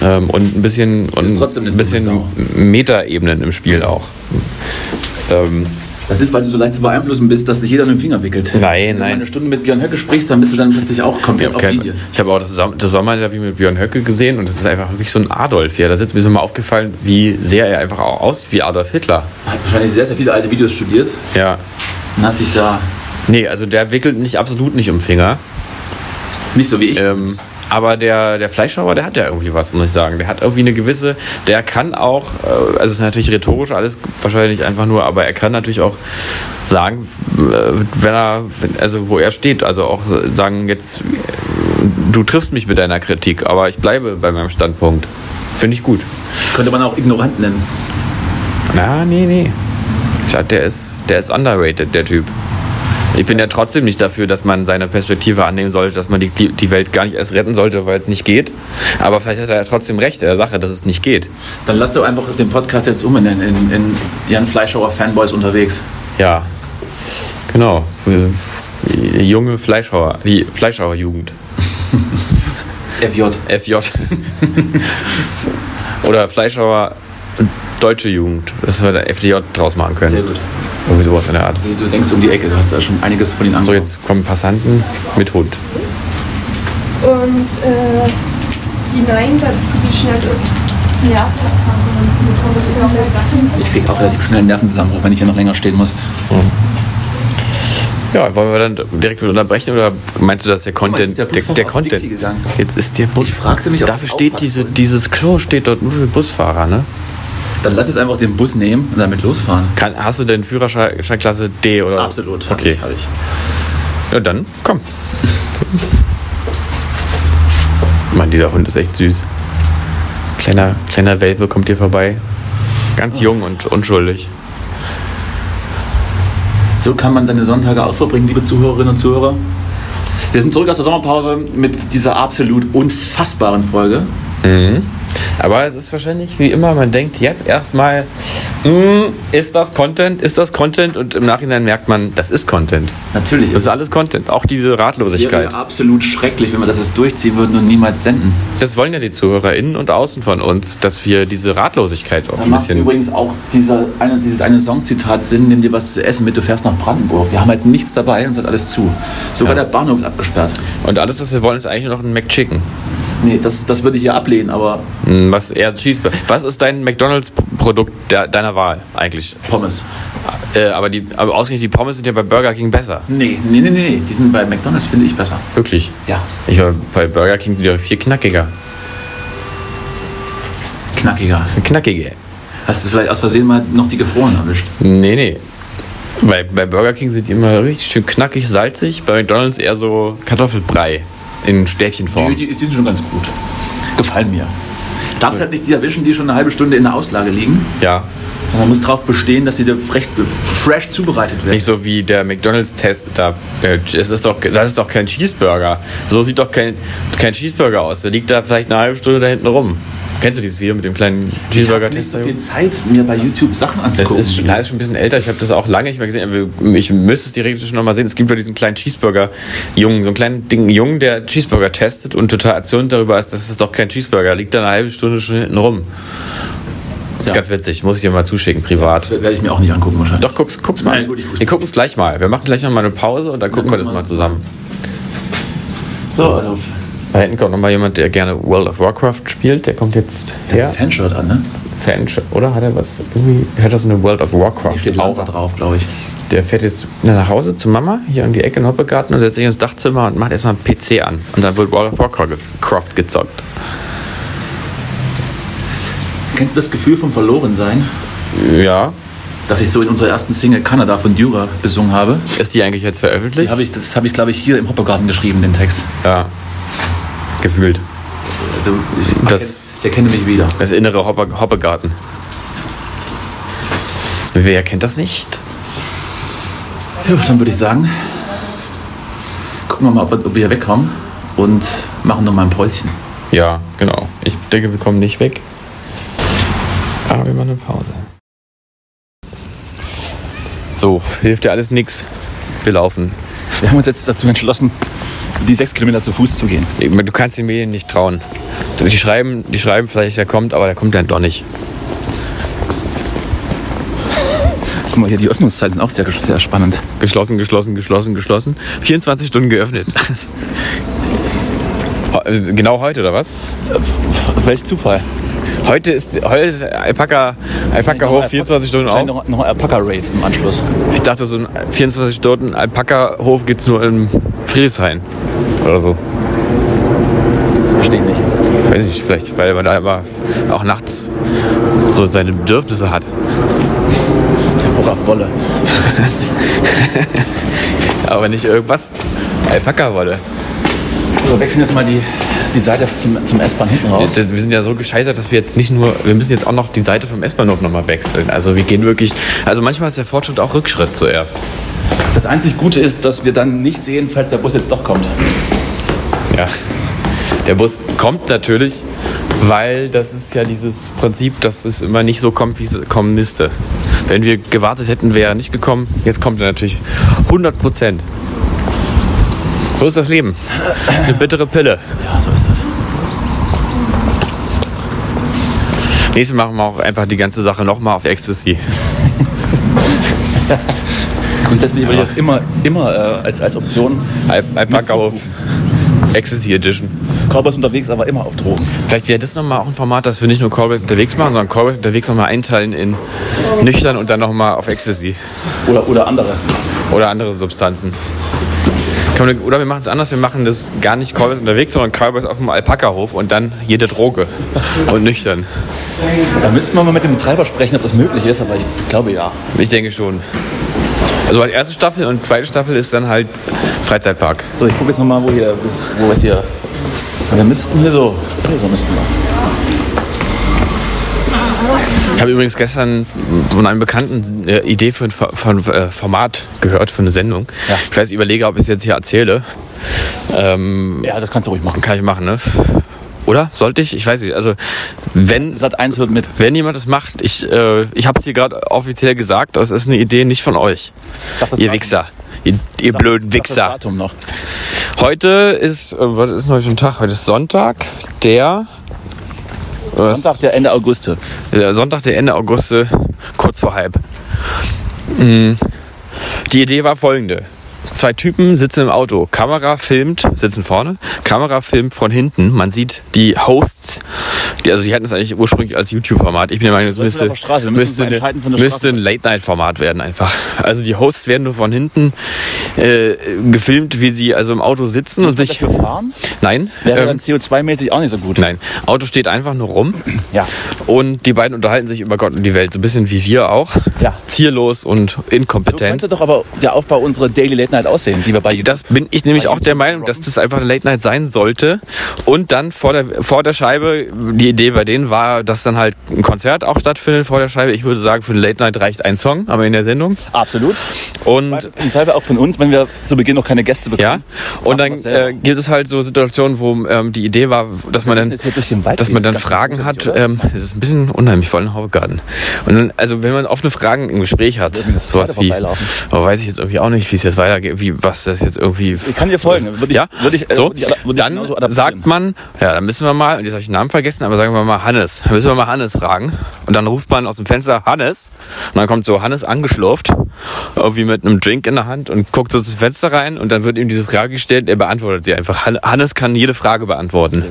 S1: Ähm, und ein bisschen, und
S2: trotzdem eine
S1: ein bisschen
S2: dumme
S1: Metaebenen im Spiel auch. Ähm,
S2: Das ist, weil du so leicht zu beeinflussen bist, dass nicht jeder einen Finger wickelt.
S1: Nein,
S2: Wenn du
S1: nein.
S2: eine Stunde mit Björn Höcke sprichst, dann bist du dann plötzlich auch komplett
S1: auf
S2: auf
S1: keinen
S2: Linie.
S1: Fall. Ich habe auch das, Sam- das Sommerinterview mit Björn Höcke gesehen und das ist einfach wirklich so ein Adolf. Ja, da ist mir so mal aufgefallen, wie sehr er einfach auch aus wie Adolf Hitler.
S2: Hat wahrscheinlich sehr, sehr viele alte Videos studiert
S1: Ja.
S2: und hat sich da
S1: Nee, also der wickelt nicht absolut nicht um Finger.
S2: nicht so wie ich
S1: Ähm, aber der, der Fleischhauer, der hat ja irgendwie was, muss ich sagen. Der hat irgendwie eine gewisse, der kann auch, äh, also es ist natürlich rhetorisch alles wahrscheinlich einfach nur, aber er kann natürlich auch sagen, äh, wenn er, wenn- also wo er steht, also auch so sagen, jetzt, äh, du triffst mich mit deiner Kritik, aber ich bleibe bei meinem Standpunkt. Finde ich gut.
S2: Könnte man auch ignorant nennen.
S1: Na, nee, nee. Ich sag, der ist, der ist underrated, der Typ. Ich bin ja trotzdem nicht dafür, dass man seine Perspektive annehmen sollte, dass man die, die Welt gar nicht erst retten sollte, weil es nicht geht. Aber vielleicht hat er ja trotzdem recht in der Sache, dass es nicht geht.
S2: Dann lass doch einfach den Podcast jetzt um in, in, in Jan Fleischhauer Fanboys unterwegs.
S1: Ja. Genau. Die Junge Fleischhauer, die Fleischhauer-Jugend.
S2: FJ.
S1: FJ. Oder Fleischhauer Deutsche Jugend. Das wir da FDJ draus machen können.
S2: Sehr gut.
S1: Irgendwie sowas in der Art.
S2: Du denkst um die Ecke, du hast da schon einiges von den
S1: So,
S2: anderen.
S1: jetzt kommen Passanten mit Hund.
S3: und äh, die Neuen dazu geschnitten. Ja.
S2: ich krieg auch relativ schnell einen Nervenzusammenbruch, wenn ich hier noch länger stehen muss.
S1: Ja, wollen wir dann direkt mit unterbrechen oder meinst du, dass der Content,
S2: jetzt der
S1: der,
S2: Busfahrer
S1: der
S2: aus
S1: Content,
S2: Dixie gegangen.
S1: jetzt ist der Bus.
S2: Ich fragte mich, ob
S1: dafür
S2: ich
S1: steht
S2: aufpassen
S1: diese,
S2: soll.
S1: dieses Klo steht dort nur für Busfahrer, ne?
S2: Dann lass jetzt einfach den Bus nehmen und damit losfahren.
S1: Kann, hast du denn Führerschein Schein Klasse D oder? Okay.
S2: Okay. Hab ich.
S1: Ja, dann komm. Mann, dieser Hund ist echt süß. Kleiner, kleiner Welpe kommt hier vorbei. Ganz jung und unschuldig.
S2: So kann man seine Sonntage auch verbringen, liebe Zuhörerinnen und Zuhörer. Wir sind zurück aus der Sommerpause mit dieser absolut unfassbaren Folge.
S1: Aber es ist wahrscheinlich wie immer, man denkt jetzt erstmal, "Hm, ist das Content, ist das Content? Und im Nachhinein merkt man, das ist Content.
S2: Natürlich.
S1: Das ist alles Content, auch diese
S2: es wäre
S1: Ratlosigkeit.
S2: absolut schrecklich, wenn wir das jetzt durchziehen würden und niemals senden.
S1: Das wollen ja die ZuhörerInnen und außen von uns, dass wir diese Ratlosigkeit auch
S2: Da
S1: ein
S2: macht
S1: bisschen.
S2: übrigens auch dieser eine, dieses eine Songzitat Sinn, nimm dir was zu essen mit, du fährst nach Brandenburg. Wir haben halt nichts dabei und es hat alles zu. Sogar
S1: Ja.
S2: der Bahnhof ist abgesperrt.
S1: Und alles, was wir wollen, ist eigentlich nur noch ein McChicken.
S2: Nee, das, das würde ich hier ablehnen, aber
S1: Hm, Was eher Cheeseburger. Was ist dein McDonalds-Produkt der- deiner Wahl eigentlich?
S2: Pommes.
S1: Äh, aber, die, aber ausgerechnet die Pommes sind ja bei Burger King besser.
S2: Nee, nee, nee, nee, die sind bei McDonalds, finde ich besser.
S1: Wirklich.
S2: Ja,
S1: Ich war bei Burger King sind die doch viel knackiger.
S2: knackiger.
S1: Knackiger.
S2: Hast du vielleicht aus Versehen mal noch die gefroren erwischt?
S1: Nee, nee. Bei, bei Burger King sind die immer richtig schön knackig, salzig. Bei McDonalds eher so Kartoffelbrei in Stäbchenform.
S2: Nee, die, die sind schon ganz gut. Gefallen mir. Darfst halt nicht die erwischen, die schon eine halbe Stunde in der Auslage liegen,
S1: ja.
S2: sondern musst darauf bestehen, dass die dir frech, fresh zubereitet werden.
S1: Nicht so wie der McDonalds-Test. Da, äh, es ist doch, das ist doch kein Cheeseburger. So sieht doch kein, kein Cheeseburger aus. Der liegt da vielleicht eine halbe Stunde da hinten rum. Kennst du dieses Video mit dem kleinen
S2: nicht
S1: Cheeseburger-Test?
S2: so viel Zeit, mir bei YouTube Sachen
S1: Das
S2: anzugucken.
S1: ist, schon, nein, ist schon ein bisschen älter. Ich habe das auch lange nicht mehr gesehen. aber Ich müsste es theoretisch noch mal sehen. Es gibt ja diesen kleinen Cheeseburger-Jungen, so einen kleinen Ding, Jungen, der Cheeseburger testet und total erzürnt darüber ist, das ist doch kein Cheeseburger. Liegt da eine halbe Stunde schon hinten rum. Ist
S2: Tja.
S1: Ganz witzig. Muss ich dir mal zuschicken, privat.
S2: Das werde ich mir auch nicht angucken wahrscheinlich.
S1: Doch, guck's, guck's mal.
S2: Nein, gut, ich guck's.
S1: wir gucken es gleich mal. Wir machen gleich noch mal eine Pause und dann gucken wir
S2: guck
S1: das
S2: mal.
S1: mal zusammen.
S2: So, also
S1: Da hinten kommt noch mal jemand, der gerne World of Warcraft spielt. Der kommt jetzt her.
S2: Fanshirt an, ne?
S1: Fan, oder? Hat er was? Irgendwie hat er so eine World of
S2: Hier
S1: Warcraft
S2: steht Lanza drauf, glaube ich.
S1: Der fährt jetzt nach Hause zu Mama, hier an die Ecke in Hoppegarten und setzt sich ins Dachzimmer und macht erstmal einen PC an. Und dann wird World of Warcraft gezockt.
S2: Kennst du das Gefühl vom Verlorensein,
S1: Ja.
S2: das ich so in unserer ersten Single Kanada von Dura besungen habe?
S1: Ist die eigentlich jetzt
S2: Die
S1: veröffentlicht?
S2: hab ich, das habe ich, glaube ich, hier im Hoppergarten geschrieben, den Text.
S1: Ja. Gefühlt.
S2: Also, ich,
S1: Das-
S2: ich erkenne mich wieder.
S1: Das innere Hoppe Hoppegarten. Wer kennt das nicht?
S2: Ja, dann würde ich sagen, gucken wir mal, ob wir, ob wir hier wegkommen und machen nochmal ein Päuschen.
S1: Ja, genau. Ich denke, wir kommen nicht weg. Aber wir machen eine Pause. So, hilft ja alles nix. Wir laufen.
S2: Wir haben uns jetzt dazu entschlossen, die sechs Kilometer zu Fuß zu gehen.
S1: Ich meine, Du kannst den Medien nicht trauen. Die schreiben, die schreiben vielleicht, er kommt, aber der kommt dann doch nicht.
S2: Guck mal, hier die Öffnungszeiten sind auch sehr, sehr spannend.
S1: Geschlossen, geschlossen, geschlossen, geschlossen. 24 Stunden geöffnet. Ho- äh, genau heute, oder was?
S2: Äh, Welch Zufall.
S1: Heute ist heute ist Alpaka, Alpaka hoch, 24 Stunden
S2: auf.
S1: auf.
S2: Noch, noch ein Alpaka-Rave im Anschluss.
S1: Ich dachte, so ein 24 Stunden Alpaka-Hof gibt es nur in Friedrichshain. Oder so.
S2: Verstehe nicht.
S1: Ich weiß nicht, vielleicht, weil man da immer auch nachts so seine Bedürfnisse hat.
S2: Der Bock auf Wolle.
S1: Aber nicht irgendwas. Alpaka-Wolle.
S2: Wir wechseln jetzt mal die, die Seite zum, zum S-Bahn hinten
S1: Wir,
S2: raus.
S1: das- wir sind ja so gescheitert, dass wir jetzt nicht nur, wir müssen jetzt auch noch die Seite vom S-Bahnhof nochmal wechseln. Also wir gehen wirklich, also manchmal ist der Fortschritt auch Rückschritt zuerst.
S2: Das einzig Gute ist, dass wir dann nicht sehen, falls der Bus jetzt doch kommt.
S1: Ja. Der Bus kommt natürlich, weil das ist ja dieses Prinzip, dass es immer nicht so kommt, wie es kommen müsste. Wenn wir gewartet hätten, wäre er nicht gekommen. Jetzt kommt er natürlich 100 Prozent. So ist das Leben. Eine bittere Pille.
S2: Ja, so ist das.
S1: Nächstes Mal machen wir auch einfach die ganze Sache nochmal auf Ecstasy.
S2: Grundsätzlich würde ich das immer, immer äh, als, als Option.
S1: Al- Alpaka-Hof.
S2: Mit
S1: Ecstasy Edition.
S2: Körper ist unterwegs, aber immer auf Drogen.
S1: Vielleicht wäre das nochmal auch ein Format, dass wir nicht nur Callbacks unterwegs machen, sondern Callbacks unterwegs nochmal einteilen in nüchtern und dann nochmal auf Ecstasy.
S2: Oder, oder andere.
S1: Oder andere Substanzen. Kann man- Oder wir machen es anders, wir machen das gar nicht Cowboys unterwegs, sondern Cowboys auf dem Alpaka-Hof und dann jede Droge und nüchtern.
S2: Da müssten wir mal mit dem Betreiber sprechen, ob das möglich ist, aber ich glaube ja.
S1: Ich denke schon. Also die erste Staffel und zweite Staffel ist dann halt Freizeitpark.
S2: So, ich gucke jetzt nochmal, wo hier ist, wo ist hier. Wir müssten hier so. Hier so müssten wir.
S1: Ich habe übrigens gestern von einem Bekannten äh, Idee für ein Fa- von, äh, Format gehört, für eine Sendung. Ich weiß, ich überlege, ob ich es jetzt hier erzähle. Ähm,
S2: Ja, das kannst du ruhig machen.
S1: kann ich machen, ne? Oder? Sollte ich? Ich weiß nicht. Also, wenn,
S2: Sat 1 hört mit.
S1: wenn jemand das macht, ich, äh, ich habe es hier gerade offiziell gesagt, das ist eine Idee nicht von euch.
S2: Sag das
S1: Ihr
S2: Datum.
S1: Wichser. Ihr, ihr blöden
S2: Sag das
S1: Wichser.
S2: Datum noch.
S1: Heute ist, äh, was ist denn heute für ein Tag? Heute ist Sonntag, der. was?
S2: Sonntag, der Ende August.
S1: Der Sonntag, der Ende August, äh, kurz vor halb. Mm. Die Idee war folgende. Zwei Typen sitzen im Auto. Kamera filmt, sitzen vorne. Kamera filmt von hinten. Man sieht die Hosts. Die, also die hatten es eigentlich ursprünglich als YouTube-Format. Ich bin der Meinung, das
S2: Sollten wir
S1: müsste,
S2: auf der Straße, wir müssen
S1: müsste,
S2: uns entscheiden von der
S1: müsste
S2: Straße.
S1: ein Late-Night-Format werden einfach. Also die Hosts werden nur von hinten äh, gefilmt, wie sie also im Auto sitzen und sich...
S2: Dafür fahren?
S1: Nein,
S2: Wäre
S1: ähm, ne.
S2: dann CO2-mäßig auch nicht so gut.
S1: nein. Auto steht einfach nur rum.
S2: Ja.
S1: Und die beiden unterhalten sich über Gott und die Welt, so ein bisschen wie wir auch.
S2: Ja.
S1: Zierlos und
S2: So
S1: inkompetent.
S2: könnte doch aber der Aufbau unserer Daily Late Night aussehen, die wir bei
S1: das bin ich nämlich auch der Meinung, dass das einfach eine Late Night sein sollte. Und dann vor der, vor der Scheibe, die Idee bei denen war, dass dann halt ein Konzert auch stattfindet vor der Scheibe. Ich würde sagen, für eine Late Night reicht ein Song am Ende der Sendung.
S2: Absolut.
S1: Und
S2: Im Zweifel auch von uns, wenn wir zu Beginn noch keine Gäste
S1: ja,
S2: bekommen.
S1: und dann
S2: Machen wir selber.
S1: äh, gibt es halt so Situationen, wo ähm, die Idee war, dass man dann,
S2: jetzt hier durch den Wald
S1: dass
S2: gehen,
S1: man
S2: das
S1: dann
S2: ist ganz
S1: Fragen hat.
S2: gruselig, oder?
S1: Ähm, es ist ein bisschen unheimlich, vor allem im Haugarten. Und dann, also wenn man offene Fragen im Gespräch hat,
S2: das
S1: sowas
S2: Pferde
S1: wie,
S2: vorbeilaufen.
S1: aber weiß ich jetzt irgendwie auch nicht, wie es jetzt weitergeht, wie was das jetzt irgendwie.
S2: Ich kann dir folgen. Würde ich-
S1: ja,
S2: würde ich- äh,
S1: so,
S2: würde ich- würde ich
S1: dann
S2: genauso adaptieren.
S1: sagt man, ja, dann müssen wir mal, und jetzt habe ich den Namen vergessen, aber sagen wir mal Hannes. Dann müssen wir mal Hannes fragen. Und dann ruft man aus dem Fenster Hannes. Und dann kommt so Hannes angeschlurft, irgendwie mit einem Drink in der Hand und guckt so zum Fenster rein. Und dann wird ihm diese Frage gestellt, er beantwortet sie einfach. Han- Hannes kann jede Frage beantworten.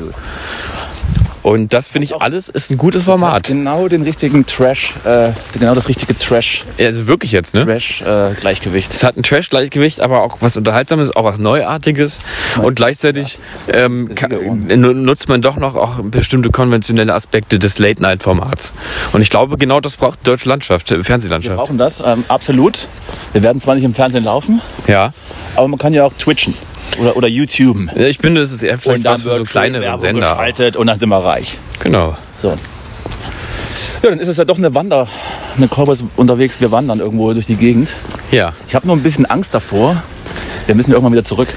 S1: Und das finde ich alles ist ein gutes Format.
S2: Genau den richtigen Trash, äh, genau das richtige Trash,
S1: Also wirklich jetzt, ne?
S2: Trash äh, Gleichgewicht.
S1: Es hat ein Trash-Gleichgewicht, aber auch was Unterhaltsames, auch was Neuartiges. Und gleichzeitig ähm, ka- nu- nutzt man doch noch auch bestimmte konventionelle Aspekte des Late-Night-Formats. Und ich glaube, genau das braucht deutsche Landschaft, äh,
S2: Wir
S1: Fernsehlandschaft.
S2: brauchen das ähm, absolut. Wir werden zwar nicht im Fernsehen laufen,
S1: Ja.
S2: aber man kann ja auch twitchen oder oder YouTuben.
S1: Ich finde, es ist eher vielleicht was für so
S2: schön
S1: kleinere
S2: Werbung
S1: Sender. auch.
S2: geschaltet und dann sind wir reich.
S1: Genau.
S2: So. Ja, dann ist es ja doch eine Wander, eine Korbus unterwegs. Wir wandern irgendwo durch die Gegend.
S1: Ja.
S2: Ich habe nur ein bisschen Angst davor. Wir müssen irgendwann wieder zurück.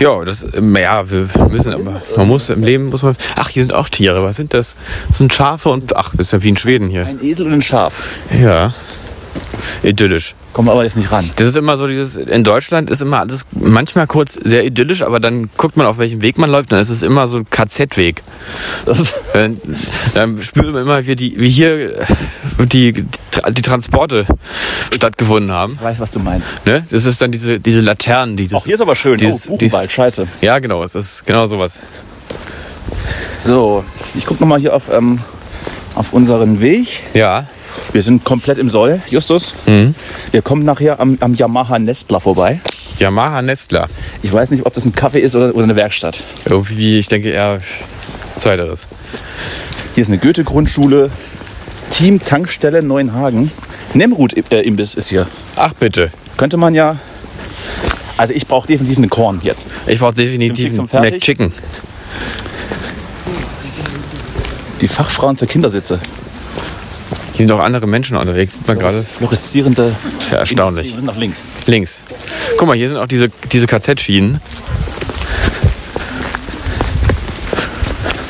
S1: Ja, das, ähm, ja, wir müssen aber, man muss im Leben, muss man, ach, hier sind auch Tiere, was sind das? Das sind Schafe und, ach, das ist ja wie in Schweden hier.
S2: Ein Esel und ein Schaf.
S1: Ja. Idyllisch.
S2: Kommen wir aber jetzt nicht ran.
S1: Das ist immer so dieses, in Deutschland ist immer alles manchmal kurz sehr idyllisch, aber dann guckt man, auf welchem Weg man läuft, dann ist es immer so ein KZ-Weg. dann, dann spürt man immer, wie, die, wie hier äh, die, die Transporte stattgefunden haben.
S2: Ich weiß, was du meinst.
S1: Ne? Das ist dann diese, diese Laternen, die das...
S2: Auch hier ist aber schön.
S1: Dieses-
S2: oh, Buchenwald, scheiße.
S1: ja, genau, es ist genau sowas.
S2: So, ich gucke nochmal hier auf, ähm, auf unseren Weg.
S1: Ja,
S2: Wir sind komplett im Soll, Justus. Wir kommen nachher am, am Yamaha Nestler vorbei.
S1: Yamaha Nestler.
S2: Ich weiß nicht, ob das ein Kaffee ist oder, oder eine Werkstatt.
S1: Irgendwie, ich denke eher zweiteres.
S2: Hier ist eine Goethe-Grundschule, Team Tankstelle Neuenhagen. Nemrut-Imbiss ist hier.
S1: Ach bitte,
S2: Könnte man ja. Also ich brauche definitiv einen Korn jetzt.
S1: ich brauche definitiv
S2: Fix
S1: ein
S2: und fertig?
S1: McChicken.
S2: Die Fachfrauen für Kindersitze.
S1: Hier sind auch andere Menschen unterwegs, sieht man gerade.
S2: Florissierende.
S1: Ist ja erstaunlich.
S2: Industrien Nach links.
S1: Links. Guck mal, hier sind auch diese, diese KZ-Schienen.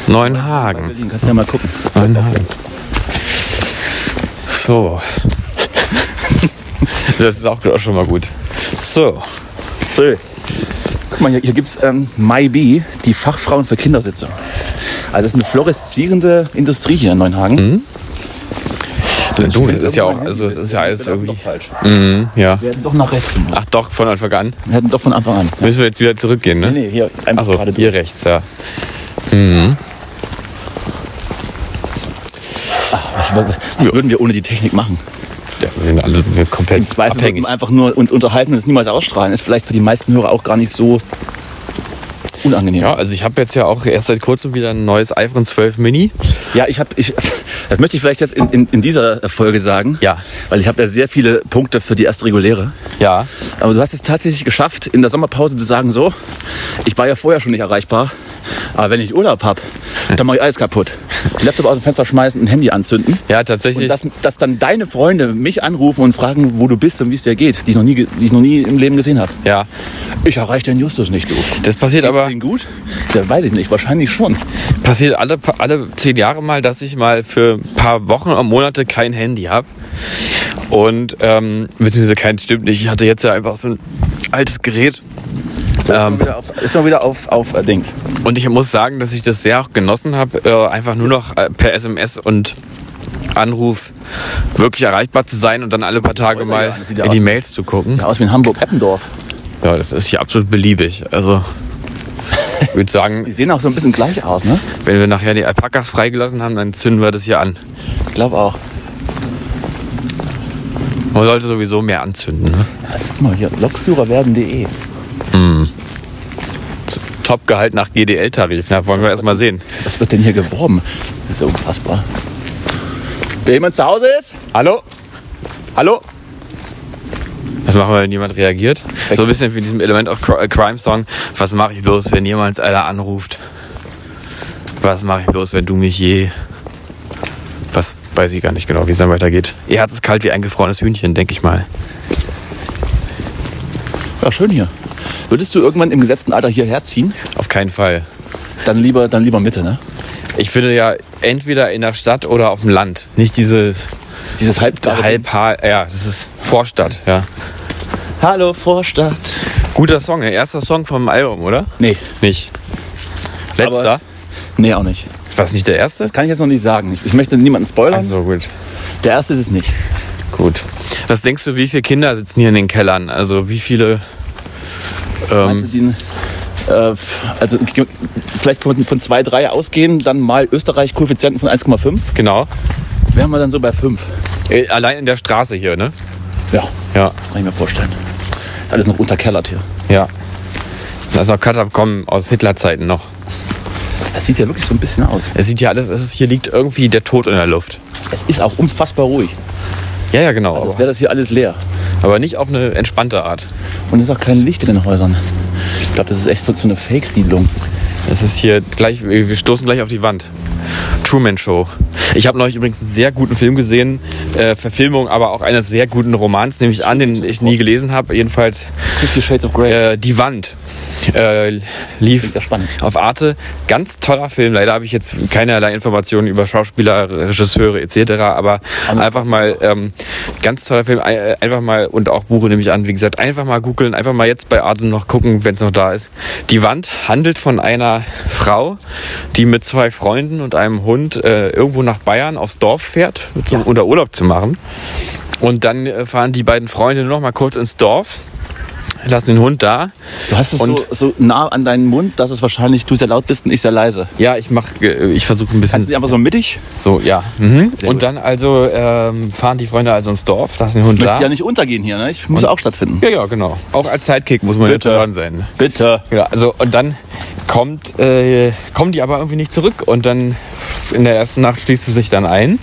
S1: Neuenhagen.
S2: Berlin, kannst du ja mal gucken.
S1: Neuenhagen. So. Das ist auch auch schon mal gut. So.
S2: So. Guck mal, hier, hier gibt es ähm, MyBee, die Fachfrauen für Kindersitze. Also es ist eine florissierende Industrie hier in Neuenhagen.
S1: Hm? Du, das ist ja auch, also es ist ja alles irgendwie.
S2: Doch falsch.
S1: Mhm, ja.
S2: Wir hätten doch nach rechts gemacht.
S1: Ach doch, von Anfang an.
S2: Wir hätten doch von Anfang an.
S1: Müssen wir jetzt wieder zurückgehen, ne?
S2: Nee, hier einfach
S1: Achso,
S2: gerade
S1: hier rechts, ja.
S2: Was, was, was würden wir ohne die Technik machen?
S1: Ja, wir sind alle wir komplett
S2: Im Zweifel würden
S1: abhängig.
S2: wir einfach nur uns unterhalten und es niemals ausstrahlen. Ist vielleicht für die meisten Hörer auch gar nicht so unangenehm.
S1: Ja, also ich habe jetzt ja auch erst seit kurzem wieder ein neues iPhone 12 Mini.
S2: Ja, ich habe, ich, das möchte ich vielleicht jetzt in, in, in dieser Folge sagen.
S1: Ja.
S2: Weil ich habe ja sehr viele Punkte für die erste reguläre.
S1: Ja.
S2: Aber du hast es tatsächlich geschafft, in der Sommerpause zu sagen, so, ich war ja vorher schon nicht erreichbar, aber wenn ich Urlaub habe, dann mache ich alles kaputt. Den Laptop aus dem Fenster schmeißen und ein Handy anzünden.
S1: Ja, tatsächlich.
S2: Und dass, dass dann deine Freunde mich anrufen und fragen, wo du bist und wie es dir geht, die ich noch nie, ge- die ich noch nie im Leben gesehen habe.
S1: ja.
S2: Ich erreiche den Justus nicht, du.
S1: Das passiert
S2: Geht's
S1: aber
S2: denen gut? Ja, weiß ich nicht, wahrscheinlich schon.
S1: passiert alle, pa- alle zehn Jahre mal, dass ich mal für ein paar Wochen oder Monate kein Handy habe. Und, ähm, beziehungsweise kein stimmt nicht. Ich hatte jetzt ja einfach so ein altes Gerät. Ähm,
S2: Ist mal wieder auf, auf äh, Dings.
S1: Und ich muss sagen, dass ich das sehr auch genossen habe, äh, einfach nur noch äh, per SMS und Anruf wirklich erreichbar zu sein und dann alle paar Tage
S2: ist
S1: mal
S2: egal, das sieht ja
S1: in die
S2: aus-
S1: Mails zu gucken.
S2: Ja, aus wie in Hamburg-Eppendorf.
S1: Ja, das ist hier absolut beliebig. Also, ich würde
S2: Die
S1: sagen,
S2: sehen auch so ein bisschen gleich aus, ne?
S1: wenn wir nachher die Alpakas freigelassen haben, dann zünden wir das hier an.
S2: Ich glaube auch.
S1: Man sollte sowieso mehr anzünden. Ne?
S2: Ja, guck mal hier, lokführerwerden.de.
S1: Topgehalt nach GDL-Tarif. Na, wollen wir erst mal sehen.
S2: Was wird denn hier geworben? Das ist ja unfassbar. Wer jemand zu Hause ist?
S1: Hallo? Hallo? Was machen wir, wenn jemand reagiert? So ein bisschen wie in diesem Element of Cri- äh, Crime Song. Was mache ich bloß, wenn jemals einer anruft? Was mache ich bloß, wenn du mich je. Was weiß ich gar nicht genau, wie es dann weitergeht. Ihr Herz ist kalt wie ein gefrorenes Hühnchen, denke ich mal.
S2: Ja, schön hier. Würdest du irgendwann im gesetzten Alter hierher ziehen?
S1: Auf keinen Fall.
S2: Dann lieber, dann lieber Mitte, ne?
S1: Ich finde ja entweder in der Stadt oder auf dem Land. Nicht diese
S2: Dieses halb,
S1: halb, ja, das ist Vorstadt, ja.
S2: Hallo Vorstadt.
S1: Guter Song, der erste Song vom Album, oder?
S2: Nee,
S1: Nicht. Letzter?
S2: Aber- nee, auch nicht.
S1: War es nicht der erste?
S2: Das kann ich jetzt noch nicht sagen. Ich, ich möchte niemanden spoilern.
S1: Also gut.
S2: Der erste ist es nicht.
S1: Gut. Was denkst du, wie viele Kinder sitzen hier in den Kellern? Also wie viele.
S2: Meinst
S1: Ähm,
S2: du den, äh, also g- vielleicht von, von 2, 3 ausgehen, dann mal Österreich-Koeffizienten von 1,5.
S1: genau.
S2: Wären wir dann so bei 5.
S1: Äh, Allein in der Straße hier, ne?
S2: Ja,
S1: Ja.
S2: kann ich mir vorstellen. Alles noch unterkellert hier.
S1: Ja. Das ist noch Katakomben aus Hitlerzeiten noch.
S2: Das sieht ja wirklich so ein bisschen aus.
S1: Es sieht ja alles, es ist, hier liegt irgendwie der Tod in der Luft.
S2: Es ist auch unfassbar ruhig.
S1: Ja, ja, genau.
S2: Als
S1: Aber,
S2: wäre das hier alles leer.
S1: aber nicht auf eine entspannte Art.
S2: Und es ist auch kein Licht in den Häusern. Ich glaube, das ist echt so, so eine Fake-Siedlung.
S1: Es ist hier gleich, wir stoßen gleich auf die Wand. Truman Show. Ich habe neulich übrigens einen sehr guten Film gesehen, äh, Verfilmung, aber auch eines sehr guten Romans, nehme ich an, den ich nie gelesen habe. Jedenfalls
S2: Fifty Shades of Grey.
S1: äh, Die Wand äh, lief
S2: Klingt ja spannend.
S1: auf Arte. Ganz toller Film. Leider habe ich jetzt keinerlei Informationen über Schauspieler, Regisseure etc. Aber einfach mal ähm, ganz toller Film. Ein- äh, Einfach mal und auch Buche nehme ich an. Wie gesagt, einfach mal googeln, einfach mal jetzt bei Arte noch gucken, wenn es noch da ist. Die Wand handelt von einer Frau, die mit zwei Freunden und einem Hund äh, irgendwo nach Bayern aufs Dorf fährt, zum, unter Urlaub zu machen. Und dann äh, fahren die beiden Freunde nur noch mal kurz ins Dorf, lassen den Hund da
S2: Du hast es
S1: und-
S2: so, so nah an deinen Mund, dass es wahrscheinlich du sehr laut bist und ich sehr leise.
S1: Ja, ich mach, äh, ich versuche ein
S2: Kannst du
S1: bisschen
S2: dich einfach so mittig?
S1: so, ja. Mhm.
S2: Sehr
S1: Und
S2: gut.
S1: dann also ähm, fahren die Freunde also ins Dorf, lassen den Hund
S2: Ich möchte
S1: da.
S2: ja nicht untergehen hier, ne? Ich muss ja auch stattfinden.
S1: ja, ja, genau. Auch als Sidekick muss man
S2: Bitte.
S1: jetzt dran sein.
S2: Bitte.
S1: Ja, also und dann kommt, äh, kommen die aber irgendwie nicht zurück und dann in der ersten Nacht schließt sie sich dann ein.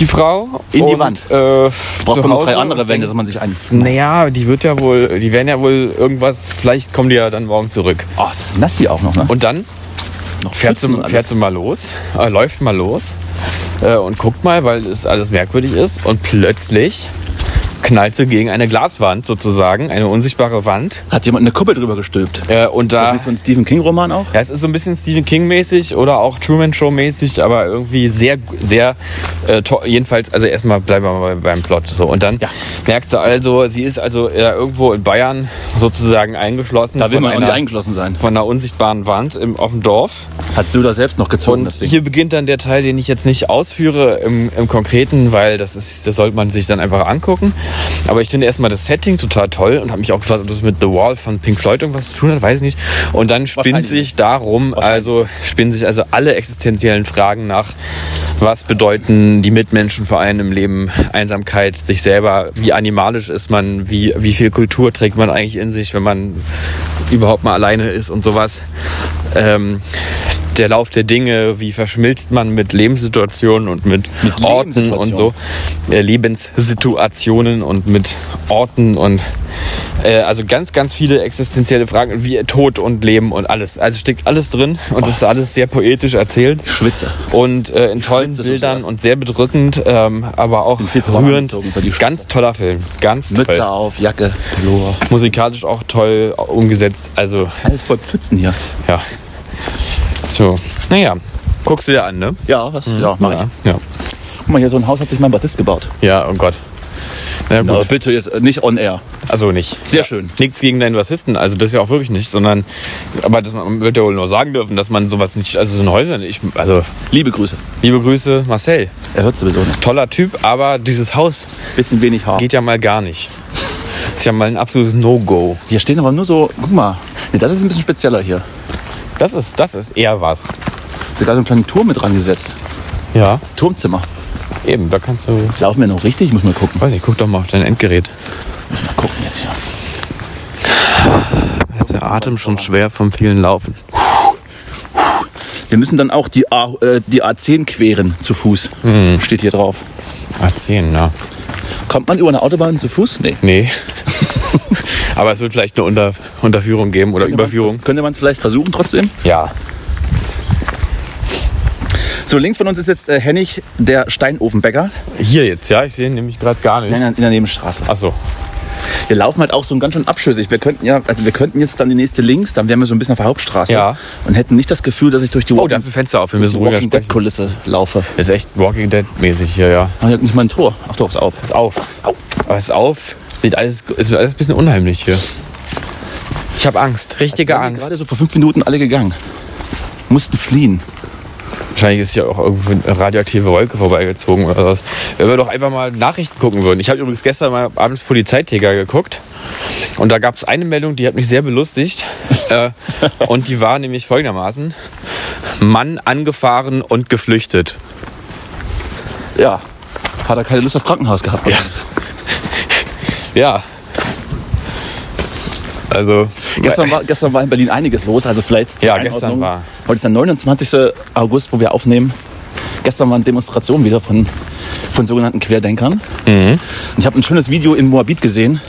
S1: Die Frau
S2: In die
S1: und,
S2: Wand.
S1: Äh,
S2: Braucht
S1: zu
S2: man noch
S1: Hause
S2: drei andere Wände, dass man sich ein.
S1: Naja, die wird ja wohl, die werden ja wohl irgendwas, vielleicht kommen die ja dann morgen zurück.
S2: Oh, lass sie auch noch, ne?
S1: Und dann
S2: noch
S1: fährt
S2: Pfützen und
S1: sie,
S2: alles.
S1: fährt sie mal los, äh, läuft mal los äh, und guckt mal, weil es alles merkwürdig ist. Und plötzlich knallt sie gegen eine Glaswand sozusagen, eine unsichtbare Wand.
S2: Hat jemand eine Kuppel drüber gestülpt?
S1: Äh, und
S2: Ist das
S1: da,
S2: nicht so ein Stephen King-Roman auch?
S1: ja, es ist so ein bisschen Stephen King-mäßig oder auch Truman Show-mäßig, aber irgendwie sehr, sehr, äh, to- jedenfalls, also erstmal bleiben wir mal beim Plot. So. Und dann
S2: Ja.
S1: merkt sie also, sie ist also äh, irgendwo in Bayern sozusagen eingeschlossen.
S2: Da will
S1: von
S2: man auch nicht
S1: einer-
S2: eingeschlossen sein.
S1: Von einer unsichtbaren Wand im, auf dem Dorf.
S2: Hat Söder selbst noch gezogen,
S1: Und
S2: das Ding.
S1: hier beginnt dann der Teil, den ich jetzt nicht ausführe im, im Konkreten, weil das ist, das sollte man sich dann einfach angucken. Aber ich finde erstmal das Setting total toll und habe mich auch gefragt, ob das mit The Wall von Pink Floyd irgendwas zu tun hat, weiß ich nicht. Und dann spinnt
S2: Wahrscheinlich.
S1: sich darum, also spinnen sich also alle existenziellen Fragen nach, was bedeuten die Mitmenschen für einen im Leben, Einsamkeit, sich selber, wie animalisch ist man, wie, wie viel Kultur trägt man eigentlich in sich, wenn man überhaupt mal alleine ist und sowas. Ähm, der Lauf der Dinge, wie verschmilzt man mit Lebenssituationen und mit, Orten und so, äh, Lebenssituationen und mit Orten und äh, also ganz, ganz viele existenzielle Fragen wie Tod und Leben und alles. Also steckt alles drin und das ist alles sehr poetisch erzählt
S2: Oh. Schwitze.
S1: und äh, in tollen
S2: schwitze
S1: Bildern
S2: sogar.
S1: und sehr bedrückend, ähm, aber auch
S2: viel zu warm
S1: rührend.
S2: angezogen für die Scheiße.
S1: Ganz toller Film, ganz
S2: Mütze
S1: toll.
S2: auf, Jacke, Pullover.
S1: Musikalisch auch toll umgesetzt, also
S2: Alles voll Pfützen hier.
S1: ja. So, naja, guckst du dir an, ne?
S2: Ja, was? Ja, mach
S1: Ja,
S2: ich.
S1: ja.
S2: Guck mal, hier so ein Haus hat sich mein Bassist gebaut.
S1: Ja, oh Gott. Na ja,
S2: Aber
S1: gut.
S2: bitte jetzt äh, nicht on air.
S1: Also nicht.
S2: Sehr schön.
S1: Nichts gegen deinen Bassisten, also das ja auch wirklich nicht, sondern aber das, man wird ja wohl nur sagen dürfen, dass man sowas nicht, also so ein Häuser nicht, also
S2: Liebe Grüße.
S1: liebe Grüße Marcel,
S2: Er hört sowieso nicht.
S1: toller Typ, aber dieses Haus
S2: Bisschen wenig Haar.
S1: geht ja mal gar nicht. Ist ja mal ein absolutes No-Go.
S2: Hier stehen aber nur so, guck mal. Nee, das ist ein bisschen spezieller hier.
S1: Das ist, das ist eher was.
S2: Sogar so einen kleinen Turm mit rangesetzt.
S1: Ja.
S2: Turmzimmer.
S1: Eben, da kannst du,
S2: Laufen wir noch richtig? Muss mal gucken.
S1: weiß ich, guck doch mal auf dein Endgerät.
S2: Muss mal gucken jetzt hier.
S1: Da ist der Atem schon schwer vom vielen Laufen.
S2: Wir müssen dann auch die, A, äh, die A10 queren zu Fuß.
S1: Mhm.
S2: Steht hier drauf.
S1: A10, ja.
S2: Kommt man über eine Autobahn zu Fuß? Nee.
S1: Nee. aber es wird vielleicht eine Unter Unterführung geben oder Überführung.
S2: Könnte man es vielleicht versuchen trotzdem?
S1: Ja.
S2: So, links von uns ist jetzt äh, Hennig, der Steinofenbäcker.
S1: Hier jetzt, ja? Ich sehe ihn nämlich gerade gar
S2: In
S1: nicht.
S2: der, in der Nebenstraße.
S1: Achso.
S2: Wir laufen halt auch so ganz schön abschüssig. Wir könnten ja, also wir könnten jetzt dann die nächste links, dann wären wir so ein bisschen auf der Hauptstraße
S1: Ja.
S2: und hätten nicht das Gefühl, dass ich durch die
S1: Oh, da ist ein Fenster auf. Wir müssen ruhiger
S2: Walking Dead
S1: sprechen.
S2: Kulisse laufe.
S1: Ist echt Walking Dead mäßig hier, ja.
S2: Ach, ich hab nicht mal ein Tor. Ach doch, ist auf.
S1: Ist auf. Aber ist auf. Sieht alles, ist alles ein bisschen unheimlich hier. Ich habe Angst. Richtige
S2: Wir sind
S1: Angst.
S2: gerade so vor fünf Minuten alle gegangen. Mussten fliehen.
S1: Wahrscheinlich ist hier auch irgendwo eine radioaktive Wolke vorbeigezogen oder was. Wenn wir doch einfach mal Nachrichten gucken würden. Ich habe übrigens gestern mal abends Polizeitäger geguckt. Und da gab es eine Meldung, die hat mich sehr belustigt. äh, und die war nämlich folgendermaßen. Mann angefahren und geflüchtet.
S2: Ja. Hat er keine Lust auf Krankenhaus gehabt. Ja.
S1: Ja. Also,
S2: Gestern war, gestern war in Berlin einiges los, also vielleicht zur
S1: Ja, gestern
S2: Einordnung.
S1: war-
S2: Heute ist der 29. August, wo wir aufnehmen. Gestern waren Demonstrationen wieder von, von sogenannten Querdenkern.
S1: Mhm.
S2: Und ich habe ein schönes Video in Moabit gesehen,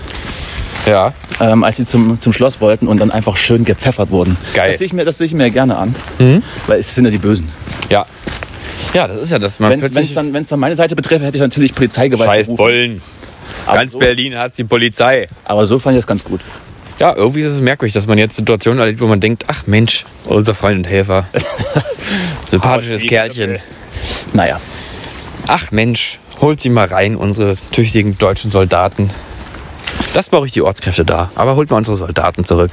S1: ja.
S2: ähm, als sie zum, zum Schloss wollten und dann einfach schön gepfeffert wurden.
S1: Geil. Mhm.
S2: Das sehe ich mir, das sehe ich mir gerne an, weil es sind ja die Bösen.
S1: Ja. Ja, das ist ja das. Man
S2: Wenn es
S1: plötzlich
S2: dann, wenn's dann meine Seite betreffe, hätte ich natürlich Polizeigewalt
S1: Scheiß
S2: berufen.
S1: Bullen.
S2: Aber
S1: Ganz
S2: so,
S1: Berlin hat die Polizei.
S2: Aber so fand ich das ganz gut.
S1: Ja, irgendwie ist es merkwürdig, dass man jetzt Situationen erlebt, wo man denkt, ach Mensch, unser Freund und Helfer. Sympathisches Kerlchen.
S2: Naja,
S1: Ach Mensch, holt sie mal rein, unsere tüchtigen deutschen Soldaten. Das brauche ich die Ortskräfte da. Aber holt mal unsere Soldaten zurück.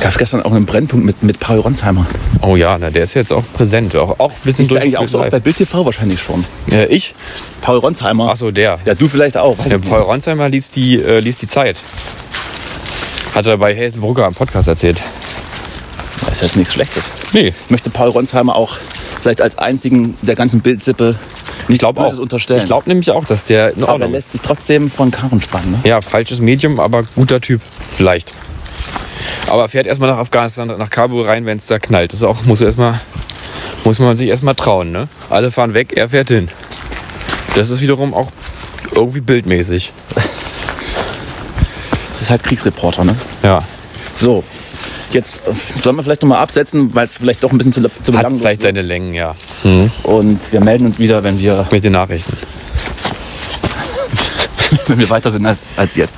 S2: gab es gestern auch einen Brennpunkt mit, mit Paul Ronsheimer.
S1: Oh ja, na, der ist jetzt auch präsent. Auch, auch ein bisschen
S2: Ist der eigentlich auch so oft bei
S1: durchgeführt.
S2: Bild TV wahrscheinlich schon.
S1: äh, Ich?
S2: Paul Ronsheimer.
S1: Ach so, der.
S2: Ja, du vielleicht auch.
S1: Der Paul Ronsheimer liest die, äh, liest die Zeit. Hat er bei Hazel Brugger am Podcast erzählt.
S2: Das ist jetzt nichts Schlechtes.
S1: Nee,
S2: Ich möchte Paul Ronsheimer auch vielleicht als einzigen der ganzen Bildsippe
S1: ich glaube auch.
S2: Böses unterstellen.
S1: Ich glaube nämlich auch, dass der in
S2: aber er
S1: Ordnung ist.
S2: lässt sich trotzdem von Karren spannen. Ne?
S1: Ja, falsches Medium, aber guter Typ. Vielleicht. Aber fährt erstmal nach Afghanistan, nach Kabul rein, wenn es da knallt. Das ist auch, muss, erstmal, muss man sich erstmal trauen. Ne? Alle fahren weg, er fährt hin. Das ist wiederum auch irgendwie bildmäßig.
S2: Ist halt Kriegsreporter. Ne?
S1: Ja.
S2: So, jetzt äh, sollen wir vielleicht nochmal absetzen, weil es vielleicht doch ein bisschen zu, zu
S1: Hat
S2: belanglos
S1: vielleicht
S2: ist.
S1: seine Längen, ja.
S2: Und wir melden uns wieder, wenn wir,
S1: Mit den Nachrichten.
S2: wenn wir weiter sind als, als jetzt.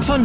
S4: Von